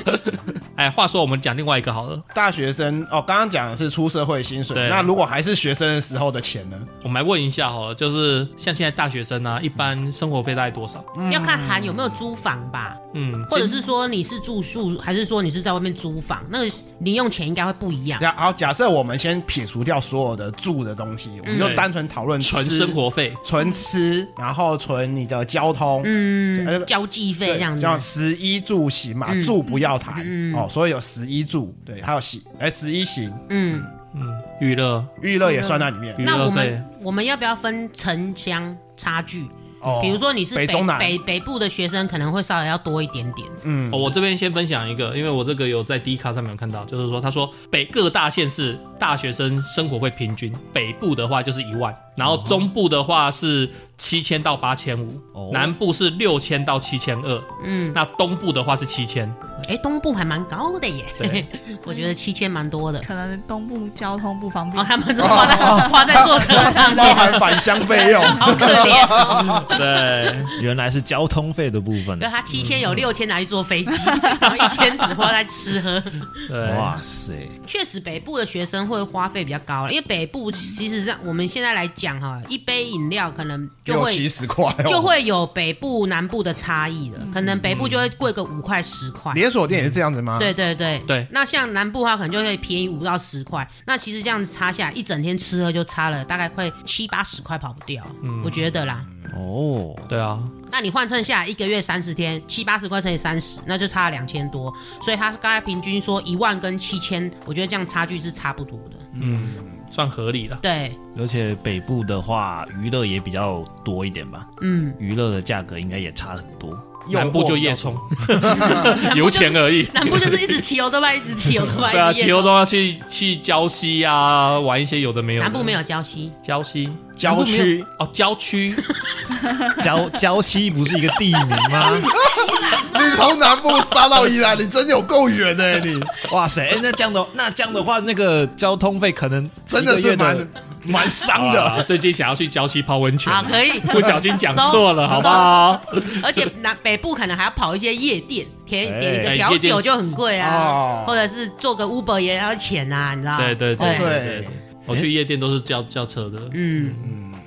[SPEAKER 3] 哎，话说我们讲另外一个好了，
[SPEAKER 5] 大学生哦，刚刚讲的是出社会薪水，
[SPEAKER 3] 对
[SPEAKER 5] 那如果还是学生的时候的钱呢？
[SPEAKER 3] 我们来问一下好了，就是像现在大学生啊，一般生活费大概多少？
[SPEAKER 2] 要看韩有没有租房吧，
[SPEAKER 3] 嗯，
[SPEAKER 2] 或者是说你是住宿，还是说你是在外面租房，那个零用钱应该会不一样。
[SPEAKER 5] 假好，假设我们先撇除掉所有的住的东西，我们就单纯讨论吃
[SPEAKER 3] 嗯纯生、活费，
[SPEAKER 5] 纯吃，然后纯你的交通，呃
[SPEAKER 2] 嗯，交际费这样
[SPEAKER 5] 叫
[SPEAKER 2] 子，
[SPEAKER 5] 食衣住行嘛，
[SPEAKER 2] 嗯
[SPEAKER 5] 住不要谈、
[SPEAKER 2] 嗯
[SPEAKER 5] 哦，所以有食衣住，对，还有行，哎，食衣行，
[SPEAKER 2] 嗯。
[SPEAKER 3] 嗯，娱乐，
[SPEAKER 5] 娱乐也算在里面
[SPEAKER 3] 娱
[SPEAKER 2] 那
[SPEAKER 3] 乐
[SPEAKER 2] 我
[SPEAKER 3] 费
[SPEAKER 2] 们，我们要不要分城乡差距？
[SPEAKER 5] 哦。
[SPEAKER 2] 比如，说你是
[SPEAKER 5] 北中南
[SPEAKER 2] 北北部的学生，可能会稍微要多一点点。
[SPEAKER 5] 嗯
[SPEAKER 3] 哦，，我这边先分享一个，因为我这个有在 D 卡上面有看到，就是说他说北各大县市大学生生活会平均，北部的话就是一万，然后中部的话是七千到八千五
[SPEAKER 4] 哦，
[SPEAKER 3] 南部是六千到七千二，
[SPEAKER 2] 嗯，
[SPEAKER 3] 那东部的话是七千，
[SPEAKER 2] 哎，东部还蛮高的耶，
[SPEAKER 3] 对
[SPEAKER 2] 我觉得七千蛮多的。
[SPEAKER 1] 可能东部交通不方
[SPEAKER 2] 哦，
[SPEAKER 1] 便。
[SPEAKER 2] 他们都花在花在坐车上
[SPEAKER 5] 包
[SPEAKER 2] 面，
[SPEAKER 5] 含返乡费用。
[SPEAKER 2] 好可怜哦。
[SPEAKER 3] 对，
[SPEAKER 4] 原来是交通费的部分
[SPEAKER 2] 对，他七千有六千拿去坐飞机，然后一千只花在吃喝。
[SPEAKER 3] 对，
[SPEAKER 4] 哇塞，
[SPEAKER 2] 确实，北部的学生会花费比较高了，因为北部其实像我们现在来讲哈，一杯饮料可能 就
[SPEAKER 5] 六
[SPEAKER 2] 会
[SPEAKER 5] 七十块哦，
[SPEAKER 2] 就会有北部南部的差异了，可能北部就会贵个五块十块。
[SPEAKER 5] 连啊锁店也是这样子吗？
[SPEAKER 2] 对对对
[SPEAKER 3] 对
[SPEAKER 2] 那像南部的话，可能就会便宜五到十块。那其实这样子差下来，一整天吃喝就差了大概快七八十块，跑不掉。我觉得啦。
[SPEAKER 4] 哦，
[SPEAKER 3] 对啊，
[SPEAKER 2] 那你换算下来，一个月三十天，七八十块乘以三十，那就差了两千多。所以他刚才平均说一万跟七千，我觉得这样差距是差不多的。
[SPEAKER 3] 嗯，算合理了。
[SPEAKER 2] 对，
[SPEAKER 4] 而且北部的话，娱乐也比较多一点吧，
[SPEAKER 2] 嗯，
[SPEAKER 4] 娱乐的价格应该也差很多。
[SPEAKER 5] 诱惑
[SPEAKER 3] 南部就夜冲， 油钱而已。
[SPEAKER 2] 南部就是一直骑油都拜，一直骑油都拜。
[SPEAKER 3] 对啊，
[SPEAKER 2] 一 直
[SPEAKER 3] 骑
[SPEAKER 2] 夜
[SPEAKER 3] 欧
[SPEAKER 2] 走
[SPEAKER 3] 都要去去礁溪啊，玩一些有的没有的。
[SPEAKER 2] 南部没有礁溪，
[SPEAKER 3] 礁溪，
[SPEAKER 5] 郊区
[SPEAKER 3] 哦，郊区
[SPEAKER 4] 礁礁溪不是一个地名吗？
[SPEAKER 5] 你从南部杀到宜兰，你真有够远的欸你
[SPEAKER 4] 哇塞，哎那这样的那这样的话，那个交通费可能
[SPEAKER 5] 真的是
[SPEAKER 4] 一个月
[SPEAKER 5] 蛮蛮伤
[SPEAKER 3] 啊，
[SPEAKER 5] 的。
[SPEAKER 3] 最近想要去礁溪泡温泉
[SPEAKER 2] 好，，啊可以。啊
[SPEAKER 3] 不小心讲错了，好不好？
[SPEAKER 2] 而且南北部可能还要跑一些夜店，点点一个
[SPEAKER 3] 哎
[SPEAKER 2] 调
[SPEAKER 3] 夜店
[SPEAKER 2] 酒就很贵啊，
[SPEAKER 5] 哦
[SPEAKER 2] 或者是做个 Uber 也要钱啊，你知道吗？
[SPEAKER 3] 对对
[SPEAKER 5] 哦
[SPEAKER 3] 对
[SPEAKER 5] 对
[SPEAKER 3] 对，我去夜店都是叫叫车的，
[SPEAKER 2] 嗯，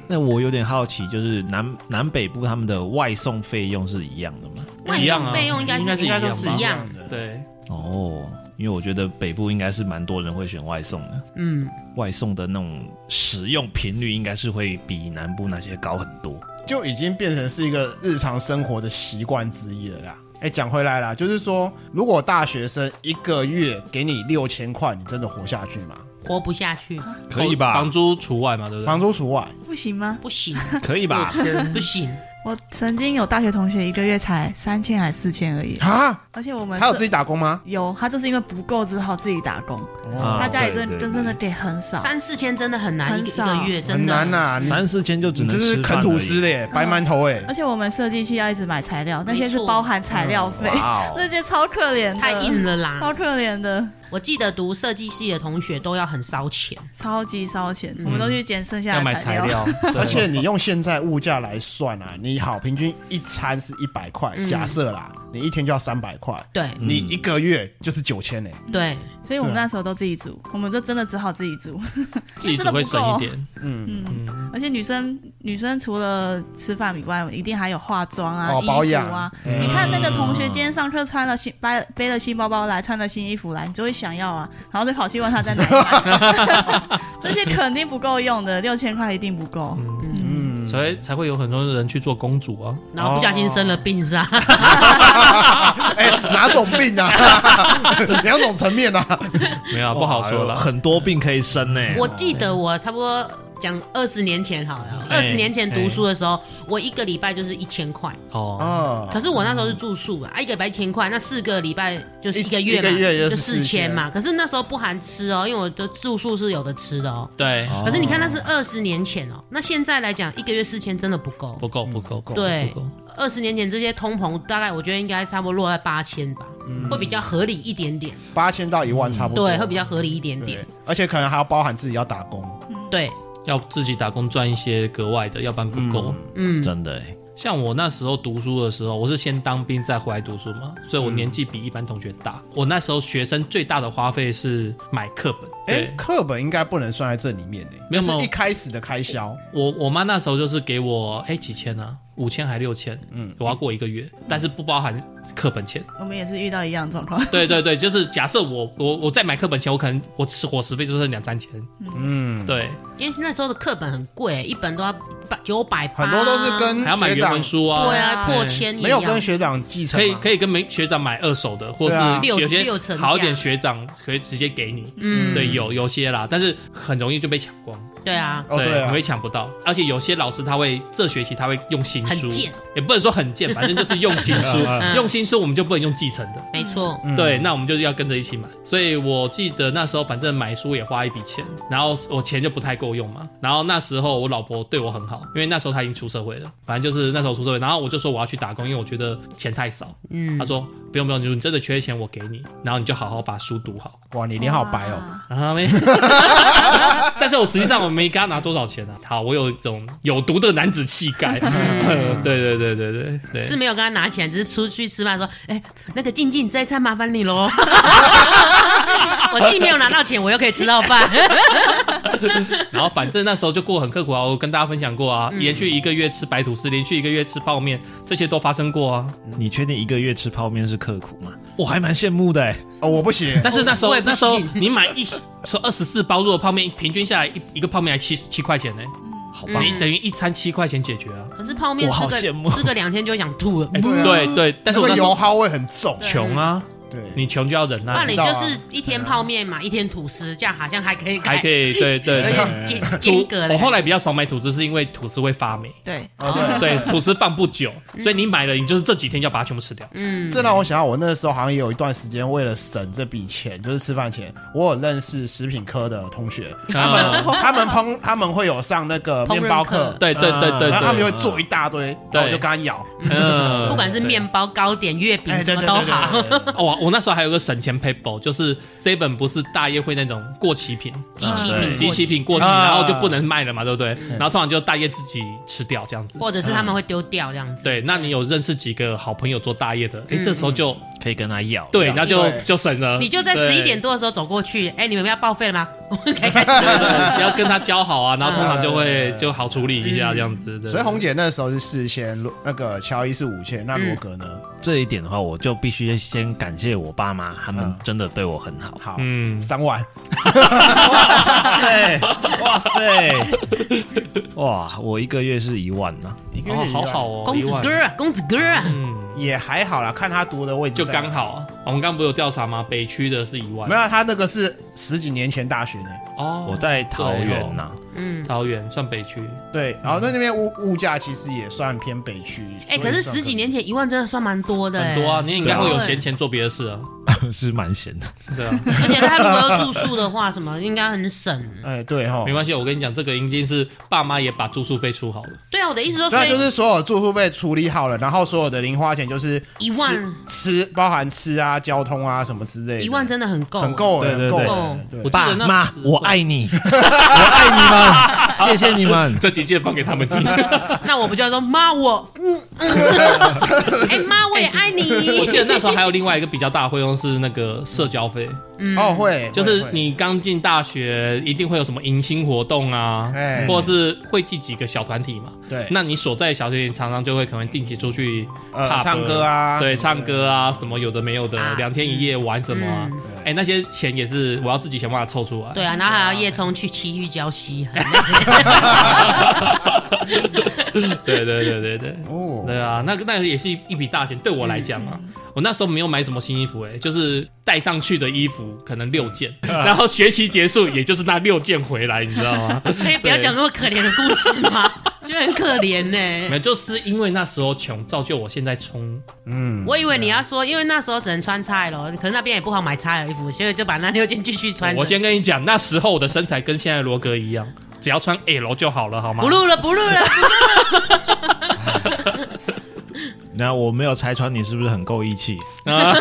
[SPEAKER 4] 那我有点好奇，就是南南北部他们的外送费用是一样的吗？
[SPEAKER 2] 外
[SPEAKER 3] 一样
[SPEAKER 2] 送
[SPEAKER 3] 啊
[SPEAKER 2] 费用应该
[SPEAKER 3] 应该
[SPEAKER 2] 是
[SPEAKER 3] 是
[SPEAKER 5] 应该都
[SPEAKER 2] 一
[SPEAKER 5] 是
[SPEAKER 3] 吧
[SPEAKER 2] 样，
[SPEAKER 5] 的。
[SPEAKER 3] 对，
[SPEAKER 4] 哦，因为我觉得北部应该是蛮多人会选外送的，
[SPEAKER 2] 嗯，
[SPEAKER 4] 外送的那种使用频率应该是会比南部那些高很多。
[SPEAKER 5] 就已经变成是一个日常生活的习惯之一了啦。哎，讲回来啦，就是说，如果大学生一个月给你六千块，你真的活下去吗？
[SPEAKER 2] 活不下去，
[SPEAKER 4] 可以吧
[SPEAKER 3] 房租除外嘛，对不对
[SPEAKER 5] 房？租除外，
[SPEAKER 1] 不行吗？
[SPEAKER 2] 不 行，
[SPEAKER 4] 可以吧？
[SPEAKER 2] 不行，
[SPEAKER 1] 我曾经有大学同学一个月才三千还四千而已，
[SPEAKER 5] 啊？
[SPEAKER 1] 而且我们
[SPEAKER 5] 还有
[SPEAKER 1] 是
[SPEAKER 5] 自己打工吗？
[SPEAKER 1] 有他就是因为不够，只好自己打工。
[SPEAKER 4] 啊
[SPEAKER 1] 他家里
[SPEAKER 4] 对
[SPEAKER 1] 真
[SPEAKER 4] 对
[SPEAKER 1] 真
[SPEAKER 4] 对
[SPEAKER 1] 真的给很少，
[SPEAKER 2] 三四千真的很难，
[SPEAKER 1] 很
[SPEAKER 2] 一个一
[SPEAKER 1] 少
[SPEAKER 2] 个月真
[SPEAKER 5] 很
[SPEAKER 2] 的
[SPEAKER 5] 难啊呐、你
[SPEAKER 4] 三四千就只
[SPEAKER 5] 你
[SPEAKER 4] 能
[SPEAKER 5] 这是
[SPEAKER 4] 吃
[SPEAKER 5] 啃
[SPEAKER 4] 饭
[SPEAKER 5] 吐
[SPEAKER 4] 而
[SPEAKER 5] 司
[SPEAKER 4] 已。
[SPEAKER 5] 嘞，白馒头哎、
[SPEAKER 2] 嗯
[SPEAKER 1] 而且我们设计系要一直买材料，那些是
[SPEAKER 2] 没错
[SPEAKER 1] 包含材料费，
[SPEAKER 4] 哇哦
[SPEAKER 1] 那些超可怜的，
[SPEAKER 2] 太硬了啦。
[SPEAKER 1] 超可怜的，
[SPEAKER 2] 我记得读设计系的同学都要很烧钱，
[SPEAKER 1] 超级烧钱。我们都去捡剩
[SPEAKER 3] 要
[SPEAKER 1] 下
[SPEAKER 3] 买
[SPEAKER 1] 的
[SPEAKER 3] 材
[SPEAKER 1] 料，
[SPEAKER 3] 料，对
[SPEAKER 5] 而且你用现在物价来算啊，你好，平均一餐是一百块，
[SPEAKER 2] 嗯
[SPEAKER 5] 假设啦，你一天就要三百块，
[SPEAKER 2] 对
[SPEAKER 4] 嗯
[SPEAKER 5] 你一个月就是九千嘞。
[SPEAKER 2] 对，
[SPEAKER 1] 所以我们
[SPEAKER 5] 对啊
[SPEAKER 1] 那时候都自己煮，我们就真的只好自己煮。
[SPEAKER 3] 自己只会省一点，
[SPEAKER 5] 嗯，
[SPEAKER 3] 嗯，
[SPEAKER 1] 而且女生女生除了吃饭以外，一定还有化妆啊、
[SPEAKER 5] 哦
[SPEAKER 1] 衣
[SPEAKER 5] 保养
[SPEAKER 1] 服啊。
[SPEAKER 5] 嗯
[SPEAKER 1] 你看那个同学今天上课穿了新背背了新包包来，穿了新衣服来，你就会想要啊，然后就跑去问他在哪里 买。 这些肯定不够用的，六千块一定不够。
[SPEAKER 5] 嗯，
[SPEAKER 3] 所以才会有很多人去做公主啊，
[SPEAKER 2] 然后不小心生了病是吧？
[SPEAKER 5] 哎、哪种病啊？ 两种层面啊。
[SPEAKER 3] 没
[SPEAKER 4] 哦
[SPEAKER 3] 有啊不好说
[SPEAKER 4] 哇
[SPEAKER 3] 了，
[SPEAKER 4] 很多病可以生呢、
[SPEAKER 2] 我记得我差不多讲二十年前好了，二
[SPEAKER 3] 哎
[SPEAKER 2] 十年前读书的时候，我一个礼拜就是一千块，
[SPEAKER 3] 哦，
[SPEAKER 5] 哦，
[SPEAKER 2] 可是我那时候是住宿啊，一个礼拜一千块，那四个礼拜就是一个月嘛，
[SPEAKER 5] 一一个月就是
[SPEAKER 2] 就四千
[SPEAKER 5] 4000
[SPEAKER 2] 嘛。可是那时候不含吃哦，因为我的住宿是有的吃的哦。
[SPEAKER 3] 对，
[SPEAKER 4] 哦
[SPEAKER 2] 可是你看，那是二十年前哦，那现在来讲，一个月四千真的不够。
[SPEAKER 3] 不够不够不够，
[SPEAKER 2] 对
[SPEAKER 3] 不够，
[SPEAKER 2] 二十年前这些通膨，大概我觉得应该差不多落在八千吧，
[SPEAKER 5] 嗯
[SPEAKER 2] 会比较合理一点点。
[SPEAKER 5] 八千到一万差不多，
[SPEAKER 2] 对，会比较合理一点点
[SPEAKER 5] 对。，而且可能还要包含自己要打工，
[SPEAKER 2] 对，
[SPEAKER 3] 要自己打工赚一些格外的，要不然不够。
[SPEAKER 2] 嗯，
[SPEAKER 4] 真的、欸，
[SPEAKER 3] 像我那时候读书的时候，我是先当兵再回来读书嘛，所以我年纪比一般同学大。我那时候学生最大的花费是买课本，
[SPEAKER 5] 哎、
[SPEAKER 3] 对。
[SPEAKER 5] 课本应该不能算在这里面的、
[SPEAKER 3] 没有
[SPEAKER 5] 这
[SPEAKER 3] 没
[SPEAKER 5] 是
[SPEAKER 3] 有
[SPEAKER 5] 一开始的开销，
[SPEAKER 3] 我我妈那时候就是给我哎、几千啊，五千还六千，
[SPEAKER 5] 嗯
[SPEAKER 3] 嗯，我要过一个月，但是不包含课本钱。
[SPEAKER 1] 我们也是遇到一样的状况，
[SPEAKER 3] 对对对，就是假设我我我在买课本前，我可能我吃伙食费就剩两三千，
[SPEAKER 5] 嗯，
[SPEAKER 3] 对，
[SPEAKER 2] 因为那时候的课本很贵，一本都要九百八，
[SPEAKER 5] 很多哦都是跟
[SPEAKER 3] 还要买
[SPEAKER 5] 嗯学
[SPEAKER 3] 原
[SPEAKER 5] 长
[SPEAKER 3] 文书啊，
[SPEAKER 2] 对啊
[SPEAKER 3] 对
[SPEAKER 2] 破千也
[SPEAKER 5] 没有
[SPEAKER 2] 要
[SPEAKER 5] 跟学长继承
[SPEAKER 3] 可
[SPEAKER 5] 吗，
[SPEAKER 3] 以可以跟美学长买二手的，或是
[SPEAKER 5] 对啊
[SPEAKER 2] 六
[SPEAKER 3] 有些
[SPEAKER 2] 六成价
[SPEAKER 3] 好一点学长可以直接给你。
[SPEAKER 2] 嗯，
[SPEAKER 3] 对，有有些啦，但是很容易就被抢光。
[SPEAKER 2] 对啊，
[SPEAKER 5] 哦对啊
[SPEAKER 3] 你会抢不到，而且有些老师他会这学期他会用新心
[SPEAKER 2] 很
[SPEAKER 3] 书，
[SPEAKER 2] 贱
[SPEAKER 3] 也不能说很贱，反正就是用心 书
[SPEAKER 4] 嗯
[SPEAKER 2] 嗯。
[SPEAKER 3] 用心书我们就不能用继承的，
[SPEAKER 2] 没错，
[SPEAKER 5] 嗯
[SPEAKER 3] 对，那我们就是要跟着一起买。所以我记得那时候反正买书也花一笔钱，然后我钱就不太够用嘛。然后那时候我老婆对我很好，因为那时候她已经出社会了，反正就是那时候出社会，然后我就说我要去打工，因为我觉得钱太少。
[SPEAKER 2] 嗯
[SPEAKER 3] 她，说不用不用，你真的缺钱我给你，然后你就好好把书读好。
[SPEAKER 5] 哇，你脸好白哦，
[SPEAKER 3] 啊没，但是我实际上我没给她拿多少钱啊。好，我有一种有毒的男子气概。对 对对对对对，
[SPEAKER 2] 是没有跟他拿钱，只是出去吃饭说，哎、那个静静这一餐麻烦你 喽。我既没有拿到钱，我又可以吃到 饭。
[SPEAKER 3] 然后反正那时候就过很刻苦啊，我跟大家分享过啊，
[SPEAKER 2] 嗯
[SPEAKER 3] 连续一个月吃白吐司，连续一个月吃泡面，这些都发生过啊。
[SPEAKER 2] 嗯
[SPEAKER 4] 你确定一个月吃泡面是刻苦吗？我还蛮羡慕的哎、
[SPEAKER 5] 哦，我不行，
[SPEAKER 3] 但是那时候
[SPEAKER 2] 我也不
[SPEAKER 3] 那时候
[SPEAKER 2] 信
[SPEAKER 3] 你买一说二十四包肉的泡面，平均下来一一个泡面还七七块钱呢、好
[SPEAKER 2] 嗯
[SPEAKER 3] 吧，你等于一餐七块钱解决啊。
[SPEAKER 2] 可是泡面
[SPEAKER 4] 我好
[SPEAKER 2] 吃
[SPEAKER 4] 羡慕
[SPEAKER 2] 个吃个两天就想吐了，
[SPEAKER 3] 哎
[SPEAKER 5] 对啊
[SPEAKER 3] 对对，但是我
[SPEAKER 5] 那
[SPEAKER 3] 那
[SPEAKER 5] 个
[SPEAKER 3] 时
[SPEAKER 5] 油
[SPEAKER 3] 候
[SPEAKER 5] 耗味很重，
[SPEAKER 3] 穷啊，
[SPEAKER 5] 对，
[SPEAKER 3] 你穷就要忍
[SPEAKER 2] 那
[SPEAKER 3] 耐，
[SPEAKER 2] 你
[SPEAKER 5] 知道
[SPEAKER 2] 就
[SPEAKER 5] 啊
[SPEAKER 2] 是一天泡面嘛，一天吐司，这样好像还可以改，
[SPEAKER 3] 还可以对对
[SPEAKER 2] 有
[SPEAKER 3] 对。
[SPEAKER 2] 点间间
[SPEAKER 3] 吐
[SPEAKER 2] 隔的。
[SPEAKER 3] 我后来比较少买吐司，是因为吐司会发 霉，
[SPEAKER 1] 对，
[SPEAKER 5] 哦
[SPEAKER 2] 嗯
[SPEAKER 5] 对。
[SPEAKER 3] 对，吐司放不久，所以你买了，你就是这几天就要把它全部吃掉。
[SPEAKER 2] 嗯，
[SPEAKER 5] 这让我想到，我那时候好像也有一段时间，为了省这笔钱，就是吃饭钱，我有认识食品科的同学，他们 他们烹他们会有上那个面包课，
[SPEAKER 3] 啊对对对对
[SPEAKER 2] 啊
[SPEAKER 5] 然后他们
[SPEAKER 3] 对
[SPEAKER 5] 就，会做一大堆，然后我就跟他咬，
[SPEAKER 3] 嗯
[SPEAKER 2] 不管是面包、糕点、月饼
[SPEAKER 5] 哎，
[SPEAKER 2] 什
[SPEAKER 5] 对
[SPEAKER 2] 么
[SPEAKER 5] 对
[SPEAKER 2] 都好。
[SPEAKER 5] 对对对，
[SPEAKER 3] 哦，我我那时候还有个省钱 paper，就是这本不是大业会那种过期品，
[SPEAKER 2] 机器品
[SPEAKER 4] 嗯
[SPEAKER 2] 过
[SPEAKER 3] 机器
[SPEAKER 2] 期，嗯
[SPEAKER 3] 品过期，
[SPEAKER 5] 啊
[SPEAKER 3] 然后就不能卖了嘛，对不对？然后通常就大业自己吃掉这样子。
[SPEAKER 2] 或者是他们会丢掉这样子。
[SPEAKER 3] 对，那你有认识几个好朋友做大业的？哎，
[SPEAKER 2] 嗯
[SPEAKER 3] 这时候就
[SPEAKER 4] 可以跟他要。
[SPEAKER 3] 对，那就
[SPEAKER 5] 对
[SPEAKER 3] 就省了。
[SPEAKER 2] 你就在
[SPEAKER 3] 对
[SPEAKER 2] 十一点。多的时候走过去，哎，你们要报废了吗？我们可以开始
[SPEAKER 3] 对对对要跟他交好啊，然后通常就会
[SPEAKER 5] 嗯
[SPEAKER 3] 就好处理一下这样子。对
[SPEAKER 5] 所以红姐那时候是四千，罗那个乔伊是五千，那罗格呢？
[SPEAKER 4] 这一点的话，我就必须先感谢我爸妈，他们
[SPEAKER 5] 嗯
[SPEAKER 4] 真的对我很 好。
[SPEAKER 5] 好，
[SPEAKER 3] 嗯，
[SPEAKER 5] 三万，
[SPEAKER 4] 哇塞，哇塞， 哇！我一个月是一万啊呢、
[SPEAKER 5] 一个
[SPEAKER 3] 哦
[SPEAKER 5] 月，
[SPEAKER 3] 好好，哦，
[SPEAKER 2] 公子
[SPEAKER 3] 一万
[SPEAKER 2] 哥，啊，公子哥啊，
[SPEAKER 3] 嗯，
[SPEAKER 5] 也还好啦，看他读的位置
[SPEAKER 3] 就
[SPEAKER 5] 在哪
[SPEAKER 3] 刚。好啊。我们刚刚不是有调查吗？北区的是一万
[SPEAKER 5] 没，有，啊他那个是十几年前大学呢，
[SPEAKER 3] 哦
[SPEAKER 4] 我在桃园啊呐、
[SPEAKER 2] 嗯。
[SPEAKER 3] 桃园算北区，
[SPEAKER 5] 对，然后在那边物物价其实也算偏北区。
[SPEAKER 2] 哎，可
[SPEAKER 5] 所以
[SPEAKER 2] 是
[SPEAKER 5] 算
[SPEAKER 2] 十几年前一万真的算蛮多的，
[SPEAKER 3] 很多啊，
[SPEAKER 2] 哎
[SPEAKER 3] 你应该会有
[SPEAKER 2] 对
[SPEAKER 3] 闲钱做别的事啊。
[SPEAKER 4] 是蛮闲的。
[SPEAKER 3] 对啊，
[SPEAKER 2] 而且他如果要住宿的话，什么应该很省。
[SPEAKER 5] 哎，对哈，
[SPEAKER 3] 没关系，我跟你讲，这个一定是爸妈也把住宿费出好了。
[SPEAKER 2] 对啊，我的意思说，所
[SPEAKER 5] 对，就
[SPEAKER 2] 以
[SPEAKER 5] 是所有住宿被处理好了，然后所有的零花钱就是
[SPEAKER 2] 一万
[SPEAKER 5] 吃，吃包含吃啊、交通啊什么之类的，
[SPEAKER 2] 一万哦真的很够，啊
[SPEAKER 5] 很够，
[SPEAKER 4] 对
[SPEAKER 5] 很
[SPEAKER 4] 对
[SPEAKER 5] 够
[SPEAKER 4] 对
[SPEAKER 5] 了，
[SPEAKER 3] 我
[SPEAKER 5] 对
[SPEAKER 3] 记
[SPEAKER 4] 爸
[SPEAKER 3] 得那
[SPEAKER 4] 妈
[SPEAKER 3] 时，
[SPEAKER 4] 我爱你，我爱你们，谢谢你们。
[SPEAKER 3] 这集记得放给他们听。
[SPEAKER 2] 那我不就要说妈我，嗯 嗯哎妈我也爱
[SPEAKER 5] 哎
[SPEAKER 3] 我记
[SPEAKER 2] 你。
[SPEAKER 3] 得那时候还有另外一个比较大的费用是那个社交费，
[SPEAKER 2] 嗯
[SPEAKER 5] 哦会，
[SPEAKER 3] 就是
[SPEAKER 5] 会会
[SPEAKER 3] 你刚进大学一定会有什么迎新活动啊
[SPEAKER 5] 哎，
[SPEAKER 3] 或者是会记几个小团体嘛。
[SPEAKER 5] 对
[SPEAKER 3] 那你所在的小学常常就会可能定期出去
[SPEAKER 5] 呃
[SPEAKER 3] pub
[SPEAKER 5] 唱歌啊
[SPEAKER 3] 对，
[SPEAKER 5] 什么的
[SPEAKER 3] 唱歌啊，什么有的没有
[SPEAKER 2] 啊
[SPEAKER 3] 的，两天一夜玩什么啊
[SPEAKER 2] 嗯？
[SPEAKER 3] 哎，那些钱也是我要自己想办法凑出来。
[SPEAKER 2] 对啊，然后还要夜冲去七玉礁 溪，哎很累
[SPEAKER 3] 对对对对对。
[SPEAKER 5] 哦，
[SPEAKER 3] 对啊，那个那个也是一一笔大钱，对我来讲啊，我那时候没有买什么新衣服、欸，哎，就是带上去的衣服可能六件， 然后学期结束也就是那六件回来，你知道 吗？
[SPEAKER 2] 可以不要讲那么可怜的故事吗？就很可怜
[SPEAKER 3] 没
[SPEAKER 2] 呢。
[SPEAKER 3] 有，就是因为那时候穷，造就我现在冲。
[SPEAKER 5] 嗯，
[SPEAKER 2] 我以为你要说，因为那时候只能穿菜咯，可是那边也不好买菜的衣服，所以就把那六件继续穿着。
[SPEAKER 3] 我先跟你讲，那时候我的身材跟现在罗格一样，只要穿 L 就好了，好吗
[SPEAKER 2] 不？录了，不录了。
[SPEAKER 4] 那我没有拆穿你，是不是很够义气？
[SPEAKER 3] 啊，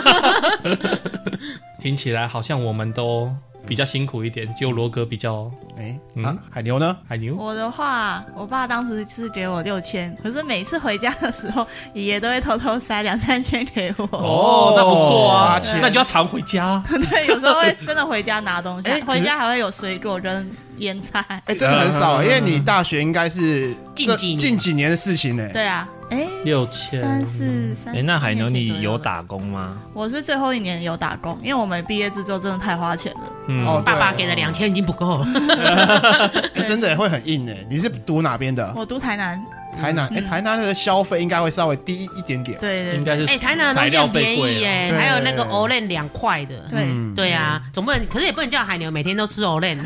[SPEAKER 3] 听起来好像我们都比较辛苦一点，只有罗格比较
[SPEAKER 5] 哎
[SPEAKER 3] 嗯
[SPEAKER 5] 啊，海牛呢？
[SPEAKER 3] 海牛。
[SPEAKER 1] 我的话，我爸当时是给我六千，可是每次回家的时候，爷爷都会偷偷塞两三千给我。
[SPEAKER 3] 哦，那不错啊
[SPEAKER 5] 八千，
[SPEAKER 3] 那你就要常回家啊。
[SPEAKER 1] 对，有时候会真的回家拿东西，
[SPEAKER 5] 哎可是
[SPEAKER 1] 回家还会有水果跟腌菜。
[SPEAKER 5] 哎，真的很
[SPEAKER 3] 嗯
[SPEAKER 5] 少，因为你大学应该是
[SPEAKER 2] 近
[SPEAKER 5] 这
[SPEAKER 2] 几年
[SPEAKER 5] 近几年的事情呢，
[SPEAKER 1] 对啊，哎，
[SPEAKER 3] 六千
[SPEAKER 1] 三四三。
[SPEAKER 4] 哎、那海牛
[SPEAKER 1] 四嗯年前左
[SPEAKER 4] 你
[SPEAKER 1] 右
[SPEAKER 4] 有
[SPEAKER 1] 吧？
[SPEAKER 4] 打工吗？
[SPEAKER 1] 我是最后一年有打工，因为我们毕业制作真的太花钱了。
[SPEAKER 3] 嗯
[SPEAKER 5] 哦
[SPEAKER 2] 爸爸给的两千已经不够了。
[SPEAKER 1] 啊
[SPEAKER 5] 哎真的会很硬哎，你是读哪边的？
[SPEAKER 1] 我读台南，
[SPEAKER 5] 台南，哎、
[SPEAKER 1] 嗯
[SPEAKER 5] 台南的消费应该会稍微低一点点。
[SPEAKER 1] 对对
[SPEAKER 3] 应该是
[SPEAKER 2] 哎、台南的
[SPEAKER 3] 材
[SPEAKER 2] 东西
[SPEAKER 3] 料
[SPEAKER 2] 很
[SPEAKER 3] 费
[SPEAKER 2] 便
[SPEAKER 3] 贵
[SPEAKER 2] 宜
[SPEAKER 3] 了
[SPEAKER 2] 哎、
[SPEAKER 5] 对
[SPEAKER 2] 还有那个 Olen 两块的。
[SPEAKER 1] 对，
[SPEAKER 5] 嗯
[SPEAKER 2] 对啊，总不能，可是也不能叫海牛每天都吃 Olen。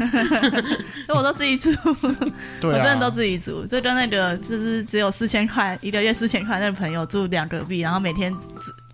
[SPEAKER 1] 所以我都自 己煮，我
[SPEAKER 5] 对
[SPEAKER 1] 真
[SPEAKER 5] 啊，
[SPEAKER 1] 的都自己煮。就跟那个就是只有四千块一个月四千块那个朋友住两隔壁，然后每天煮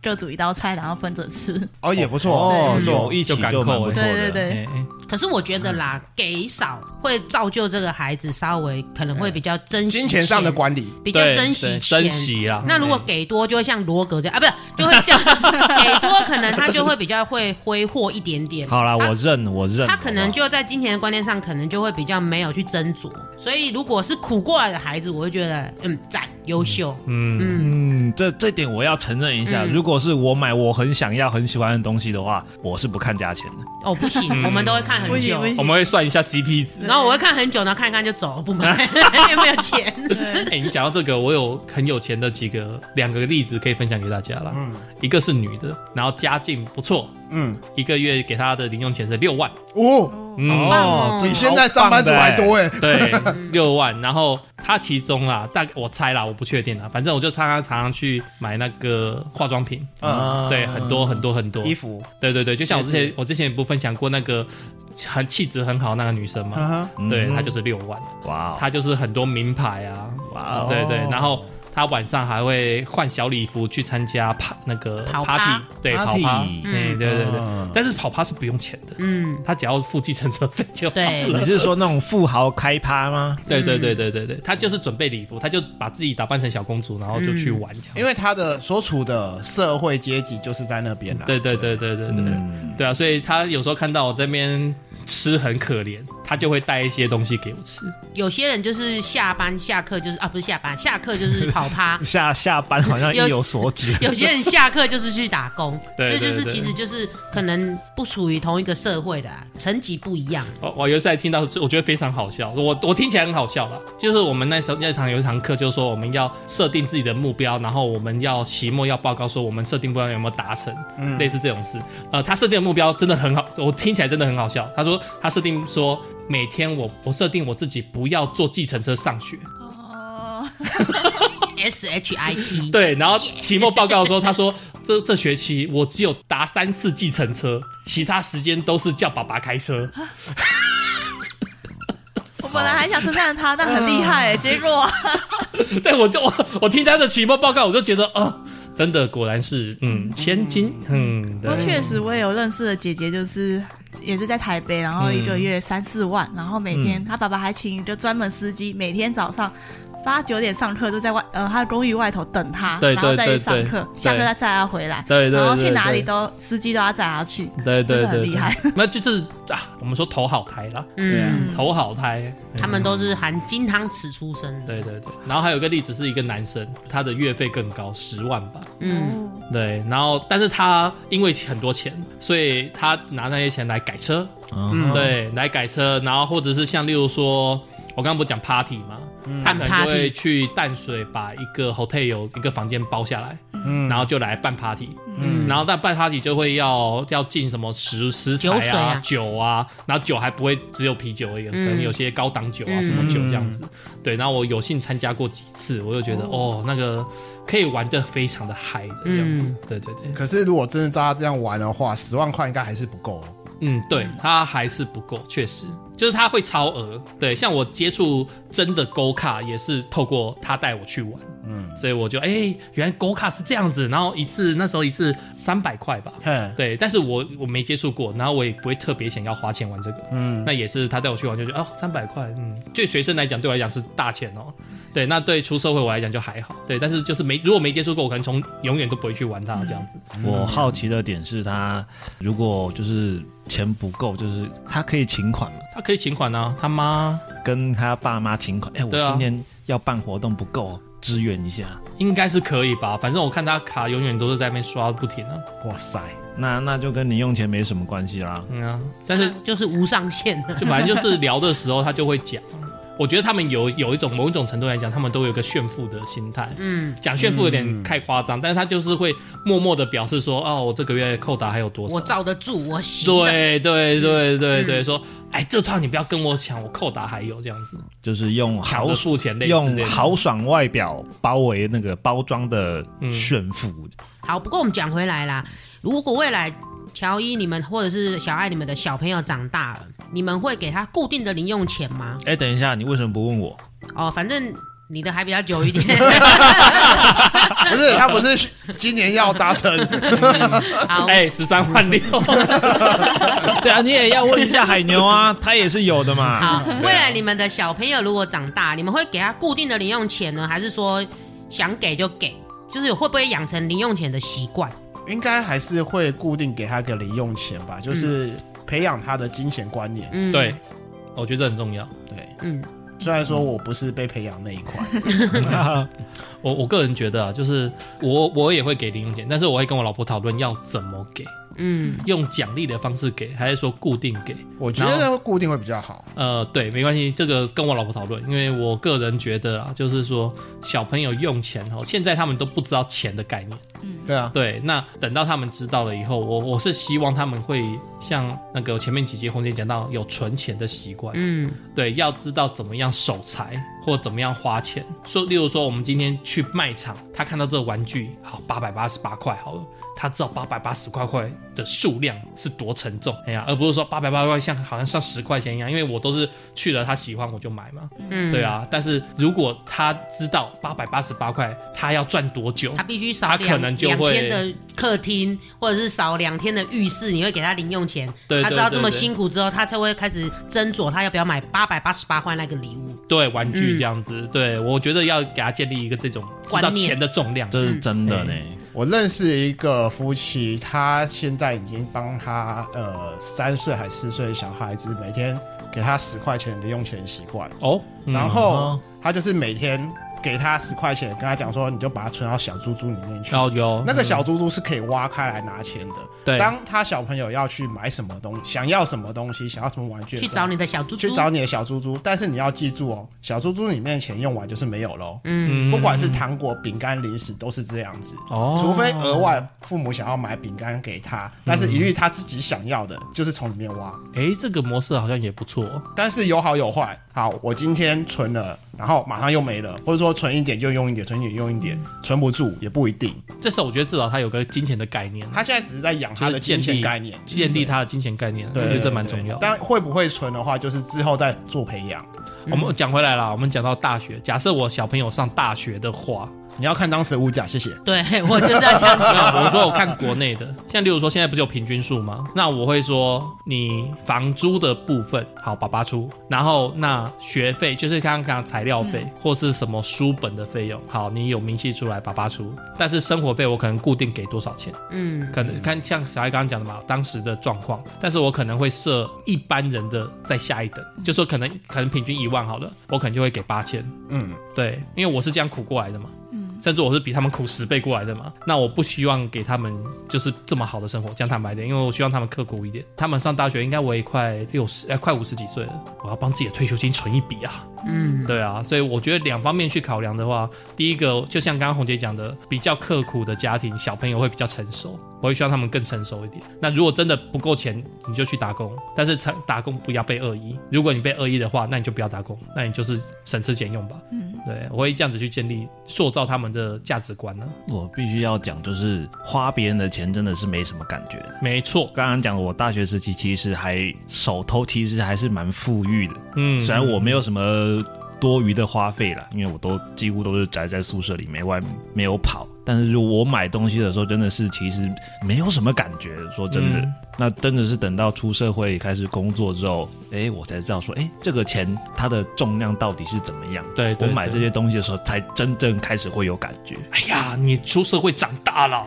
[SPEAKER 1] 就煮一道菜，然后分着吃。
[SPEAKER 5] 哦也不错
[SPEAKER 4] 哦，
[SPEAKER 5] 不
[SPEAKER 4] 有
[SPEAKER 5] 错，
[SPEAKER 4] 一起就蛮不错
[SPEAKER 1] 对对
[SPEAKER 4] 的。
[SPEAKER 1] 对，
[SPEAKER 3] 哎哎
[SPEAKER 2] 可是我觉得啦，给少会造就这个孩子稍微可能会比较珍惜
[SPEAKER 5] 金钱上的，管理，
[SPEAKER 2] 比较
[SPEAKER 3] 对
[SPEAKER 2] 珍惜钱。
[SPEAKER 3] 珍惜啊。
[SPEAKER 2] 那如果
[SPEAKER 3] 哎
[SPEAKER 2] 给多，就会像罗格这样啊，不是，就会像 给多，可能他就会比较会挥霍一点点。
[SPEAKER 4] 好啦，
[SPEAKER 2] 他
[SPEAKER 4] 我认，我认。
[SPEAKER 2] 他可
[SPEAKER 4] 好
[SPEAKER 2] 能
[SPEAKER 4] 不好
[SPEAKER 2] 就在金钱的观念上，可能就会比较没有去斟酌。所以如果是苦过来的孩子，我会觉得，嗯，赞，优秀，
[SPEAKER 3] 嗯，
[SPEAKER 2] 嗯，
[SPEAKER 4] 嗯，这这点我要承认一下。
[SPEAKER 2] 嗯
[SPEAKER 4] 如果是我买我很想要、很喜欢的东西的话，我是不看价钱的。
[SPEAKER 2] 哦，不行，
[SPEAKER 3] 嗯
[SPEAKER 2] 我们都会看
[SPEAKER 1] 不
[SPEAKER 2] 很
[SPEAKER 1] 行
[SPEAKER 2] 久
[SPEAKER 1] 不。行，
[SPEAKER 3] 我们会算一下 CP 值。
[SPEAKER 2] 然后我会看很久，然后看一看就走，不买， 因为没有钱。
[SPEAKER 1] 对
[SPEAKER 3] 哎、你讲到这个，我有很有钱的几个两个例子可以分享给大家啦。
[SPEAKER 5] 嗯
[SPEAKER 3] 一个是女的，然后家境不错，
[SPEAKER 5] 嗯，
[SPEAKER 3] 一个月给她的零用钱是六万，嗯
[SPEAKER 5] 哦，
[SPEAKER 2] 棒哦
[SPEAKER 4] 这
[SPEAKER 5] 比现在上班族还多哎，
[SPEAKER 3] 对，六万。然后她其中啦，大概我猜啦，我不确定啦，反正我就常常常常去买那个化妆品，
[SPEAKER 5] 嗯，
[SPEAKER 3] 对，很多很多很多
[SPEAKER 5] 衣，服，
[SPEAKER 3] 对对对，就像我之
[SPEAKER 5] 鞋
[SPEAKER 3] 前
[SPEAKER 5] 子
[SPEAKER 3] 我之前不分享过那个很气质很好那个女生嘛，
[SPEAKER 5] 嗯哼，
[SPEAKER 4] 嗯
[SPEAKER 3] 对，她就是六万，
[SPEAKER 4] 哇哦
[SPEAKER 3] 她就是很多名牌啊，
[SPEAKER 4] 哇哦，
[SPEAKER 3] 对对
[SPEAKER 5] 哦，
[SPEAKER 3] 然后他晚上还会换小礼服去参加趴那个
[SPEAKER 2] 跑
[SPEAKER 3] party，对跑
[SPEAKER 4] Party
[SPEAKER 3] 趴，
[SPEAKER 4] 嗯
[SPEAKER 3] 哎对对对，
[SPEAKER 5] 嗯
[SPEAKER 3] 但是跑趴是不用钱的，
[SPEAKER 2] 嗯，
[SPEAKER 3] 他只要付计程车费就好
[SPEAKER 2] 对
[SPEAKER 3] 了
[SPEAKER 4] 你。是说那种富豪开趴吗？
[SPEAKER 3] 对对对对对对，他就是准备礼服，他就把自己打扮成小公主，然后就去玩这样。
[SPEAKER 5] 因为他的所处的社会阶级就是在那边啦。啊
[SPEAKER 3] 对对对对对对对
[SPEAKER 4] 嗯，，
[SPEAKER 3] 对啊，所以他有时候看到我这边吃很可怜，他就会带一些东西给我吃。
[SPEAKER 2] 有些人就是下班下课就是啊，不是下班下课就是跑趴
[SPEAKER 4] 下下班好像意
[SPEAKER 2] 有
[SPEAKER 4] 有所指。
[SPEAKER 2] 有些人下课就是去打工，
[SPEAKER 3] 对
[SPEAKER 2] 这就是
[SPEAKER 3] 对对
[SPEAKER 2] 其实就是可能不属于同一个社会的啊、层级不一 样。
[SPEAKER 3] 哦我我有一次还听到，我觉得非常好笑。我我听起来很好笑啦，就是我们那时候那堂有一堂课，就是说我们要设定自己的目标，然后我们要期末要报告说我们设定目标有没有达成，类似这种事。呃，他设定的目标真的很好，我听起来真的很好笑。他说他设定说每天我我设定我自己不要坐计程车上学，
[SPEAKER 1] 哦，
[SPEAKER 2] S H I T，
[SPEAKER 3] 对，然后期末报告的时候，他说这这学期我只有搭三次计程车，其他时间都是叫爸爸开车。
[SPEAKER 1] 我本来还想称赞他，但很厉害，欸结果
[SPEAKER 3] 对，我就我我听他的期末报告，我就觉得哦，真的果然是嗯千金，嗯，
[SPEAKER 1] 不过
[SPEAKER 3] 对，
[SPEAKER 1] 确实，我也有认识的姐姐，就是也是在台北，然后一个月三四万，然后每天、她爸爸还请一个专门司机，每天早上八九点上课就在外呃她的公寓外头等她，
[SPEAKER 3] 对
[SPEAKER 1] 然后
[SPEAKER 3] 对
[SPEAKER 1] 再
[SPEAKER 3] 对
[SPEAKER 1] 去上
[SPEAKER 3] 对
[SPEAKER 1] 课，
[SPEAKER 3] 对
[SPEAKER 1] 下课再载她回来，
[SPEAKER 3] 对对
[SPEAKER 1] 然后去
[SPEAKER 3] 对
[SPEAKER 1] 哪
[SPEAKER 3] 对
[SPEAKER 1] 里都司机都要载她去，
[SPEAKER 3] 对
[SPEAKER 1] 真
[SPEAKER 3] 对
[SPEAKER 1] 的很
[SPEAKER 3] 对，
[SPEAKER 1] 厉害，
[SPEAKER 3] 对那就是啊，我们说投好胎啦，
[SPEAKER 2] 嗯，
[SPEAKER 3] 投好胎，
[SPEAKER 2] 他们都是含金汤匙出生的。
[SPEAKER 3] 对对对。然后还有一个例子是一个男生，他的月费更高，十万吧，
[SPEAKER 2] 嗯，
[SPEAKER 1] 哦，
[SPEAKER 3] 对，然后但是他因为很多钱，所以他拿那些钱来改车，
[SPEAKER 4] 嗯，
[SPEAKER 3] 对，来改车，然后或者是像例如说，我刚刚不是讲 party 嘛，嗯他可能就
[SPEAKER 2] party
[SPEAKER 3] 会去淡水把一个 hotel 有一个房间包下来，
[SPEAKER 5] 嗯
[SPEAKER 3] 然后就来办 party，
[SPEAKER 5] 嗯
[SPEAKER 3] 然后但办 party 就会要要进什么食食材
[SPEAKER 2] 酒水
[SPEAKER 3] 啊
[SPEAKER 2] 啊
[SPEAKER 3] 酒啊，然后酒还不会只有啤酒而已，可能有些高档酒啊
[SPEAKER 2] 嗯
[SPEAKER 3] 什么酒这样子。对，然后我有幸参加过几次，我就觉得
[SPEAKER 2] 嗯
[SPEAKER 3] 哦，那个可以玩的非常的嗨的样子
[SPEAKER 2] 嗯。
[SPEAKER 3] 对对对，
[SPEAKER 5] 可是如果真的照他这样玩的话，十万块应该还是不够哦。
[SPEAKER 3] 嗯，对，它还是不够，确实，就是它会超额。对，像我接触真的勾卡也是透过他带我去玩，嗯，所以我就哎、原来勾卡是这样子，然后一次那时候一次三百块吧。
[SPEAKER 5] 哼，
[SPEAKER 3] 对，但是我我没接触过，然后我也不会特别想要花钱玩这个，嗯，那也是他带我去玩就觉得哦，三百块，嗯，对学生来讲，对我来讲是大钱哦，对，那对出社会我来讲就还好，对，但是就是没如果没接触过，我可能从永远都不会去玩它这样子，
[SPEAKER 5] 嗯
[SPEAKER 4] 我好奇的点是他如果就是钱不够，就是他可以请款嘛，
[SPEAKER 3] 他可以请款啊，他妈
[SPEAKER 4] 跟他爸妈请款。哎，我
[SPEAKER 3] 对啊
[SPEAKER 4] 今天要办活动不够，支援一下。
[SPEAKER 3] 应该是可以吧，反正我看他卡永远都是在那边刷不停啊。
[SPEAKER 5] 哇塞，
[SPEAKER 4] 那那就跟零用钱没什么关系啦。
[SPEAKER 3] 嗯啊，但是
[SPEAKER 2] 就是无上限的。
[SPEAKER 3] 就反正就是聊的时候他就会讲，我觉得他们有有一种某一种程度来讲，他们都有一个炫富的心态。
[SPEAKER 2] 嗯，
[SPEAKER 3] 讲炫富有点太夸张，但是他就是会默默的表示说，哦，我这个月扣打还有多少？
[SPEAKER 2] 我罩得住，我行的。
[SPEAKER 3] 对对对对对，
[SPEAKER 2] 嗯
[SPEAKER 3] 说，哎，这套你不要跟我抢，我扣打还有这样子，
[SPEAKER 4] 就是用
[SPEAKER 3] 抢
[SPEAKER 4] 豪
[SPEAKER 3] 着付钱类似这
[SPEAKER 4] 用
[SPEAKER 3] 种
[SPEAKER 4] 豪爽外表包围那个包装的
[SPEAKER 3] 嗯
[SPEAKER 4] 炫富，
[SPEAKER 2] 好，不过我们讲回来啦，如果未来乔伊你们或者是小爱你们的小朋友长大了，你们会给他固定的零用钱吗？
[SPEAKER 4] 哎、等一下，你为什么不问我？
[SPEAKER 2] 哦，反正你的还比较久 一点。
[SPEAKER 5] 不 是他不是今年要达成，
[SPEAKER 2] 好，
[SPEAKER 3] 哎，十三万六，
[SPEAKER 4] 对啊，你也要问一下海牛啊，他也是有的 嘛。
[SPEAKER 3] 哎
[SPEAKER 2] 好，
[SPEAKER 3] 啊
[SPEAKER 2] 未来你们的小朋友如果长大，你们会给他固定的零用钱呢，还是说想给就给？就是会不会养成零用钱的习惯？
[SPEAKER 5] 应该还是会固定给他个零用钱吧，就是培养他的金钱观念。
[SPEAKER 2] 嗯，
[SPEAKER 3] 对，，我觉得这很重要。
[SPEAKER 5] 对，
[SPEAKER 2] 嗯，
[SPEAKER 5] 虽然说我不是被培养那一块，
[SPEAKER 3] 我我个人觉得啊，就是我我也会给零用钱，但是我会跟我老婆讨论要怎么给，
[SPEAKER 2] 嗯，
[SPEAKER 3] 用奖励的方式给，还是说固定给？
[SPEAKER 5] 我觉得固定会比较好。
[SPEAKER 3] 呃，对，没关系，这个跟我老婆讨论，因为我个人觉得啊，就是说小朋友用钱哦，现在他们都不知道钱的概念。
[SPEAKER 5] 对啊，
[SPEAKER 3] 对，那等到他们知道了以后，我我是希望他们会像那个前面几节空间讲到有存钱的习惯，
[SPEAKER 2] 嗯，
[SPEAKER 3] 对，要知道怎么样守财或怎么样花钱。说，例如说我们今天去卖场，他看到这个玩具好八百八十八块好了。他知道八百八十块块的数量是多沉重，哎呀，而不是说八百八块像好像像十块钱一样，因为我都是去了他喜欢我就买嘛，
[SPEAKER 2] 嗯
[SPEAKER 3] 对，啊。但是如果他知道八百八十八块，他要赚多久，
[SPEAKER 2] 他必须
[SPEAKER 3] 嗯他
[SPEAKER 2] 少
[SPEAKER 3] 可
[SPEAKER 2] 两两
[SPEAKER 3] 能就会
[SPEAKER 2] 天的客厅，或者是少两天的浴室，你会给他零用钱。
[SPEAKER 3] 对
[SPEAKER 2] 他知道
[SPEAKER 3] 对
[SPEAKER 2] 这么
[SPEAKER 3] 对
[SPEAKER 2] 辛苦之后，他才会开始斟酌他要不要买八百八十八块那个礼物。
[SPEAKER 3] 对玩具这样子，对我觉得要给他建立一个这种知道
[SPEAKER 2] 观念
[SPEAKER 3] 钱的重量。
[SPEAKER 4] 这是真的呢。
[SPEAKER 5] 我认识一个夫妻，他现在已经帮他呃三岁还四岁的小孩子每天给他十块钱的零用钱习惯，
[SPEAKER 3] 哦，嗯
[SPEAKER 5] 然后他就是每天给他十块钱，跟他讲说你就把它存到小猪猪里面去。
[SPEAKER 3] 哦有
[SPEAKER 5] 那个小猪猪是可以挖开来拿钱的。
[SPEAKER 3] 对
[SPEAKER 5] 当他小朋友要去买什么东西，想要什么东西，想要什么玩具的
[SPEAKER 2] 去
[SPEAKER 5] 时候，
[SPEAKER 2] 找你的小猪猪，
[SPEAKER 5] 去找你的小猪猪。但是你要记住哦，小猪猪里面钱用完就是没有喽。
[SPEAKER 2] 嗯，
[SPEAKER 5] 不管是糖果、饼干、零食都是这样子，
[SPEAKER 3] 哦嗯
[SPEAKER 5] 除非额外父母想要买饼干给他，但是一律他自己想要的，就是从里面挖。
[SPEAKER 3] 哎，这个模式好像也不错哦。
[SPEAKER 5] 但是有好有坏。好，我今天存了，然后马上又没了，或者说存一点就用一点，存一点用一点，
[SPEAKER 3] 嗯
[SPEAKER 5] 存不住也不一定。
[SPEAKER 3] 这时候我觉得至少他有个金钱的概念，
[SPEAKER 5] 他现在只是在养他的金钱概念，
[SPEAKER 3] 建立他的金钱概念，我
[SPEAKER 5] 对，
[SPEAKER 3] 觉得这
[SPEAKER 5] 对
[SPEAKER 3] 蛮
[SPEAKER 5] 对
[SPEAKER 3] 重要的。
[SPEAKER 5] 但会不会存的话，就是之后再做培养。
[SPEAKER 3] 我
[SPEAKER 5] 嗯
[SPEAKER 3] 们讲回来啦，我们讲到大学，假设我小朋友上大学的话，
[SPEAKER 5] 你要看当时的物价，谢谢。
[SPEAKER 2] 对我就是要这样
[SPEAKER 3] 没有，我
[SPEAKER 2] 讲。
[SPEAKER 3] 说我看国内的，像例如说现在不是有平均数吗？那我会说你房租的部分好爸爸出，然后那学费就是刚刚讲材料费、或是什么书本的费用，好你有明细出来爸爸出，但是生活费我可能固定给多少钱，
[SPEAKER 2] 嗯，
[SPEAKER 3] 可能看像小艾刚刚讲的嘛，当时的状况，但是我可能会设一般人的再下一等，就说可能可能平均一万好了，我可能就会给八千，
[SPEAKER 5] 嗯，
[SPEAKER 3] 对，因为我是这样苦过来的嘛，甚至我是比他们苦十倍过来的嘛，那我不希望给他们就是这么好的生活，讲坦白点，因为我希望他们刻苦一点。他们上大学应该我也快六十，呃，快五十几岁了，我要帮自己的退休金存一笔啊，
[SPEAKER 2] 嗯，
[SPEAKER 3] 对啊，所以我觉得两方面去考量的话，第一个就像刚刚红姐讲的，比较刻苦的家庭，小朋友会比较成熟，我会希望他们更成熟一点。那如果真的不够钱，你就去打工，但是成打工不要被恶意。如果你被恶意的话，那你就不要打工，那你就是省吃俭用吧。嗯，对，我会这样子去建立、塑造他们的价值观呢、
[SPEAKER 4] 我必须要讲，就是花别人的钱真的是没什么感觉的。
[SPEAKER 3] 没错，
[SPEAKER 4] 刚刚讲我大学时期其实还手头其实还是蛮富裕的，
[SPEAKER 3] 嗯，
[SPEAKER 5] 啊
[SPEAKER 4] 虽然我没有什么多余的花费啦，因为我都几乎都是宅在宿舍里没外没有跑，但是如果我买东西的时候真的是其实没有什么感觉，说真的，
[SPEAKER 3] 嗯
[SPEAKER 4] 那真的是等到出社会开始工作之后，哎，我才知道说，哎，这个钱它的重量到底是怎么样。
[SPEAKER 3] 对对
[SPEAKER 4] 我买这些东西的时候，才真正开始会有感觉。
[SPEAKER 3] 哎呀，你出社会长大了，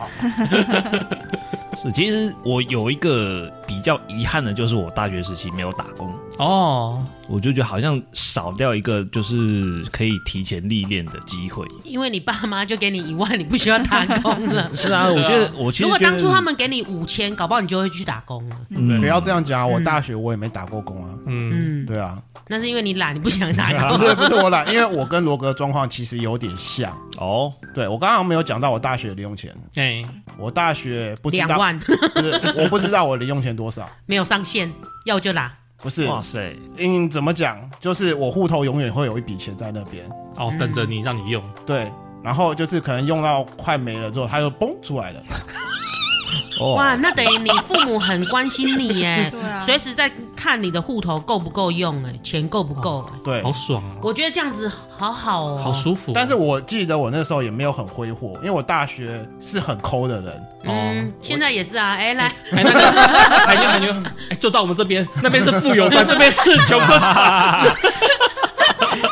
[SPEAKER 4] 是，其实我有一个比较遗憾的，就是我大学时期没有打工，
[SPEAKER 3] 哦，
[SPEAKER 4] 我就觉得好像少掉一个就是可以提前历练的机会。。
[SPEAKER 2] 因为你爸妈就给你一万，你不需要打工了
[SPEAKER 4] 是啊，我觉得我其实
[SPEAKER 2] 如果
[SPEAKER 4] 觉得
[SPEAKER 2] 当初他们给你五千，搞不好你就会去打工了。
[SPEAKER 4] 嗯
[SPEAKER 5] 不要这样讲啊，我大学我也没打过工啊。
[SPEAKER 3] 嗯，
[SPEAKER 2] 嗯，
[SPEAKER 5] 对啊，
[SPEAKER 2] 那是因为你懒，你不想打
[SPEAKER 5] 不
[SPEAKER 2] 工。
[SPEAKER 5] 是不是我懒，因为我跟罗格状况其实有点像。
[SPEAKER 4] 哦，
[SPEAKER 5] 对我刚刚没有讲到我大学零用钱，
[SPEAKER 3] 哎，
[SPEAKER 5] 我大学不知
[SPEAKER 2] 两
[SPEAKER 5] 道，
[SPEAKER 2] 万
[SPEAKER 5] 不是我不知道我零用钱多少，
[SPEAKER 2] 没有上限，要就拿。
[SPEAKER 5] 不是，
[SPEAKER 4] 哇塞，
[SPEAKER 5] 嗯，怎么讲，就是我户头永远会有一笔钱在那边，
[SPEAKER 3] 哦，等着你，让你用，
[SPEAKER 5] 对，然后就是可能用到快没了之后，它又蹦出来了，
[SPEAKER 4] 哦
[SPEAKER 2] 哇，那等于你父母很关心你耶
[SPEAKER 1] 对啊
[SPEAKER 2] 随时在看你的户头够不够用，哎，钱够不够。哎
[SPEAKER 5] 对
[SPEAKER 3] 好。爽哦，
[SPEAKER 2] 我觉得这样子好好哦，
[SPEAKER 3] 好舒服哦。
[SPEAKER 5] 但是我记得我那时候也没有很挥霍，因为我大学是很抠的人，
[SPEAKER 2] 嗯，现在也是啊，哎，来，
[SPEAKER 3] 哎，那个海牛海牛，哎，就到我们这边，那边是富有官，这边是穷官。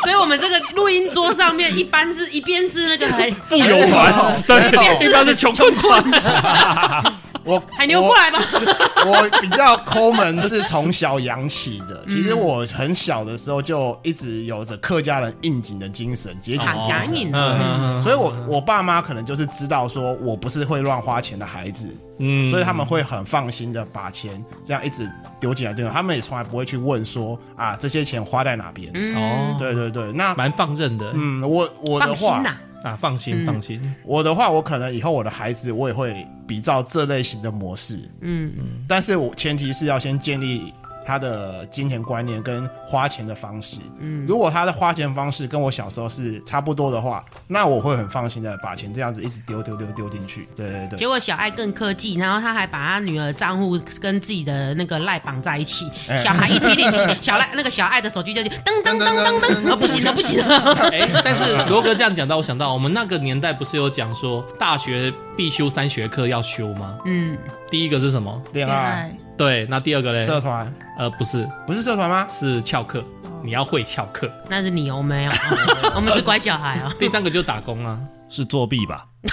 [SPEAKER 2] 所以我们这个录音桌上面一般是 一边是那个哎海
[SPEAKER 3] 富有团，对， 一般是穷困团。
[SPEAKER 5] 我
[SPEAKER 2] 海牛
[SPEAKER 5] 我
[SPEAKER 2] 过来吧，
[SPEAKER 5] 我比较抠门是从小养起的，其
[SPEAKER 3] 嗯
[SPEAKER 5] 实我很小的时候就一直有着客家人应景的精神，节俭
[SPEAKER 2] 卡
[SPEAKER 5] 精
[SPEAKER 2] 夹
[SPEAKER 5] 神。
[SPEAKER 2] 你
[SPEAKER 3] 嗯嗯
[SPEAKER 5] 所以我，我爸妈可能就是知道说我不是会乱花钱的孩子，
[SPEAKER 3] 嗯
[SPEAKER 5] 所以他们会很放心的把钱这样一直丢进来丢进来，他们也从来不会去问说啊这些钱花在哪边。
[SPEAKER 2] 嗯，
[SPEAKER 3] 哦，
[SPEAKER 5] 对对对，那
[SPEAKER 3] 蛮放任的
[SPEAKER 5] 嗯，我我的
[SPEAKER 2] 放心
[SPEAKER 5] 话，
[SPEAKER 2] 呐，
[SPEAKER 3] 啊，放心
[SPEAKER 2] 嗯
[SPEAKER 3] 放心。
[SPEAKER 5] 我的话，我可能以后我的孩子我也会比照这类型的模式，
[SPEAKER 2] 嗯，
[SPEAKER 5] 但是我前提是要先建立他的金钱观念跟花钱的方式。嗯，如果他的花钱方式跟我小时候是差不多的话，那我会很放心的把钱这样子一直丢丢丢丢进去。对对对，
[SPEAKER 2] 结果小爱更科技，然后他还把他女儿账户跟自己的那个赖绑在一起
[SPEAKER 5] 哎，
[SPEAKER 2] 小孩一提领，小赖那个小爱的手机就噔噔噔噔噔，啊不行了不行了，
[SPEAKER 3] 哎，但是罗哥这样讲到，我想到我们那个年代不是有讲说大学必修三学科要修吗？
[SPEAKER 2] 嗯，
[SPEAKER 3] 第一个是什么？
[SPEAKER 5] 恋
[SPEAKER 1] 恋
[SPEAKER 3] 啊
[SPEAKER 5] 爱、
[SPEAKER 1] 爱
[SPEAKER 3] 对，那第二个嘞？
[SPEAKER 5] 社团
[SPEAKER 3] 呃，不是，
[SPEAKER 5] 不是社团吗？
[SPEAKER 3] 是翘课，
[SPEAKER 2] 哦
[SPEAKER 3] 你要会翘课。
[SPEAKER 2] 那是你哦，我 没有，哦我们是乖小孩哦。
[SPEAKER 3] 第三个就打工啊，
[SPEAKER 4] 是作弊吧？
[SPEAKER 5] 不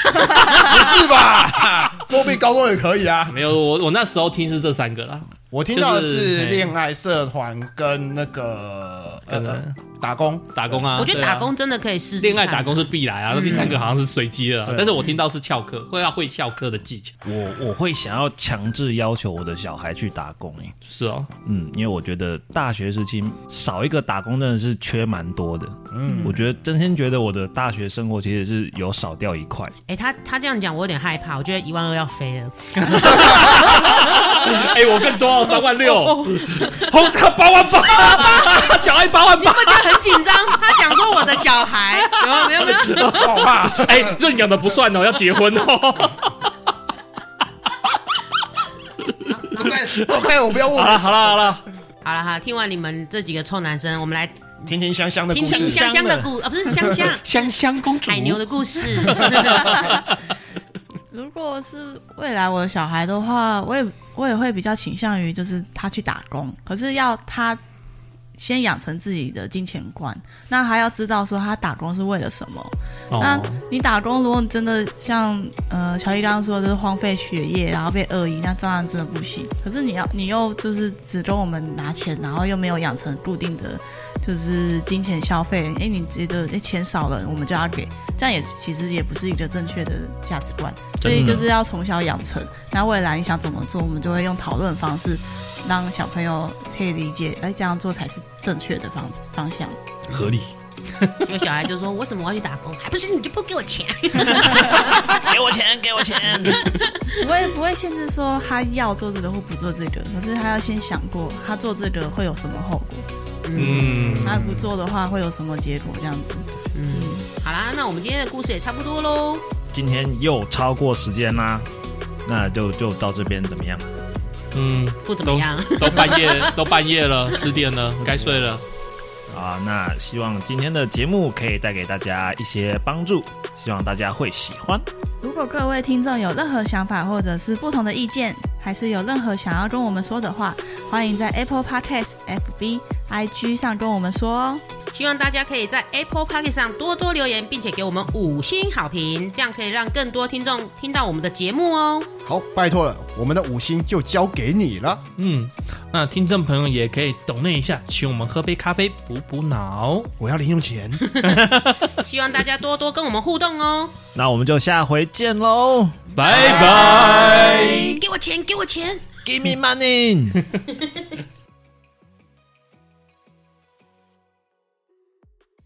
[SPEAKER 5] 是吧？作弊高中也可以啊。
[SPEAKER 3] 没有我我那时候听是这三个啦，
[SPEAKER 5] 我听到的
[SPEAKER 3] 就是是
[SPEAKER 5] 恋爱、社团跟那个
[SPEAKER 3] 可能
[SPEAKER 5] 呃打工。
[SPEAKER 3] 打工啊，
[SPEAKER 2] 我觉得
[SPEAKER 3] 对啊
[SPEAKER 2] 打工真的可以试试
[SPEAKER 3] 恋爱
[SPEAKER 2] 看
[SPEAKER 3] 打工是必来啊，那第三个好像是随机的啊
[SPEAKER 5] 对，
[SPEAKER 3] 但是我听到是翘课，会要会翘课的技巧。
[SPEAKER 4] 我我会想要强制要求我的小孩去打工、欸，
[SPEAKER 3] 是 哦，
[SPEAKER 4] 嗯，因为我觉得大学时期少一个打工真的是缺蛮多的。嗯，我觉得真心觉得我的大学生活其实是有少掉一 块。
[SPEAKER 2] 哎、他他这样讲，我有点害怕，我觉得一万二要飞了。
[SPEAKER 3] 哎，我更多哦，三 万六，红啊卡八万八，啊小爱八万
[SPEAKER 2] 你有没有觉得很紧张？他讲说我的小孩， 有没有没有没有？
[SPEAKER 5] 好吧，
[SPEAKER 3] 八，哎，认养的不算哦，要结婚 哦。
[SPEAKER 5] 走开走开，我不要问
[SPEAKER 3] 好
[SPEAKER 5] 我。
[SPEAKER 3] 了好了好了，
[SPEAKER 2] 好了好了，听完你们这几个臭男生，我们来
[SPEAKER 5] 甜甜香香的故
[SPEAKER 2] 听听
[SPEAKER 5] 事，
[SPEAKER 2] 香香的故啊，不是香香
[SPEAKER 3] 香香公主
[SPEAKER 2] 海，牛的故事。
[SPEAKER 1] 如果是未来我的小孩的话，我也我也会比较倾向于就是他去打工，可是要他先养成自己的金钱观，那还要知道说他打工是为了什么。那
[SPEAKER 3] 哦，
[SPEAKER 1] 你打工，如果你真的像呃乔伊刚刚说，就是荒废学业，然后被恶意，那当然真的不行。可是你要，你又就是只跟我们拿钱，然后又没有养成固定的就是金钱消费，哎，你觉得哎钱少了，我们就要给，这样也其实也不是一个正确的价值观。所以就是要从小养成。那未来你想怎么做，我们就会用讨论方式，让小朋友可以理解，哎，这样做才是正确的方方向。
[SPEAKER 4] 合理，
[SPEAKER 2] 有小孩就说：“为什么我要去打工？还不是你就不给我钱？
[SPEAKER 4] 给我钱，给我钱。
[SPEAKER 1] 不会不会限制说他要做这个或不做这个，可是他要先想过他做这个会有什么后果，
[SPEAKER 3] 嗯，
[SPEAKER 1] 他不做的话会有什么结果这样子。”
[SPEAKER 2] 好啦，那我们今天的故事也差不多喽。
[SPEAKER 4] 今天又超过时间啦，那就就到这边怎么样？
[SPEAKER 3] 嗯，
[SPEAKER 2] 不怎么样
[SPEAKER 3] 都，都半 夜都半夜了，十点了，该睡了。
[SPEAKER 4] 啊，那希望今天的节目可以带给大家一些帮助，希望大家会喜欢。
[SPEAKER 1] 如果各位听众有任何想法或者是不同的意见，还是有任何想要跟我们说的话，欢迎在 Apple Podcast、FB、IG 上跟我们说哦。
[SPEAKER 2] 希望大家可以在 Apple p o c k e t 上多多留言，并且给我们五星好评，这样可以让更多听众听到我们的节目哦。
[SPEAKER 5] 好，拜托了，我们的五星就交给你了。
[SPEAKER 3] 嗯，那听众朋友也可以懂那一下，请我们喝杯咖啡补补脑。
[SPEAKER 5] 我要零用钱。
[SPEAKER 2] 希望大家多多跟我们互动 哦。
[SPEAKER 4] 那我们就下回见喽
[SPEAKER 3] 拜拜。
[SPEAKER 2] 哎给我钱，给我钱。
[SPEAKER 4] ，Give me money。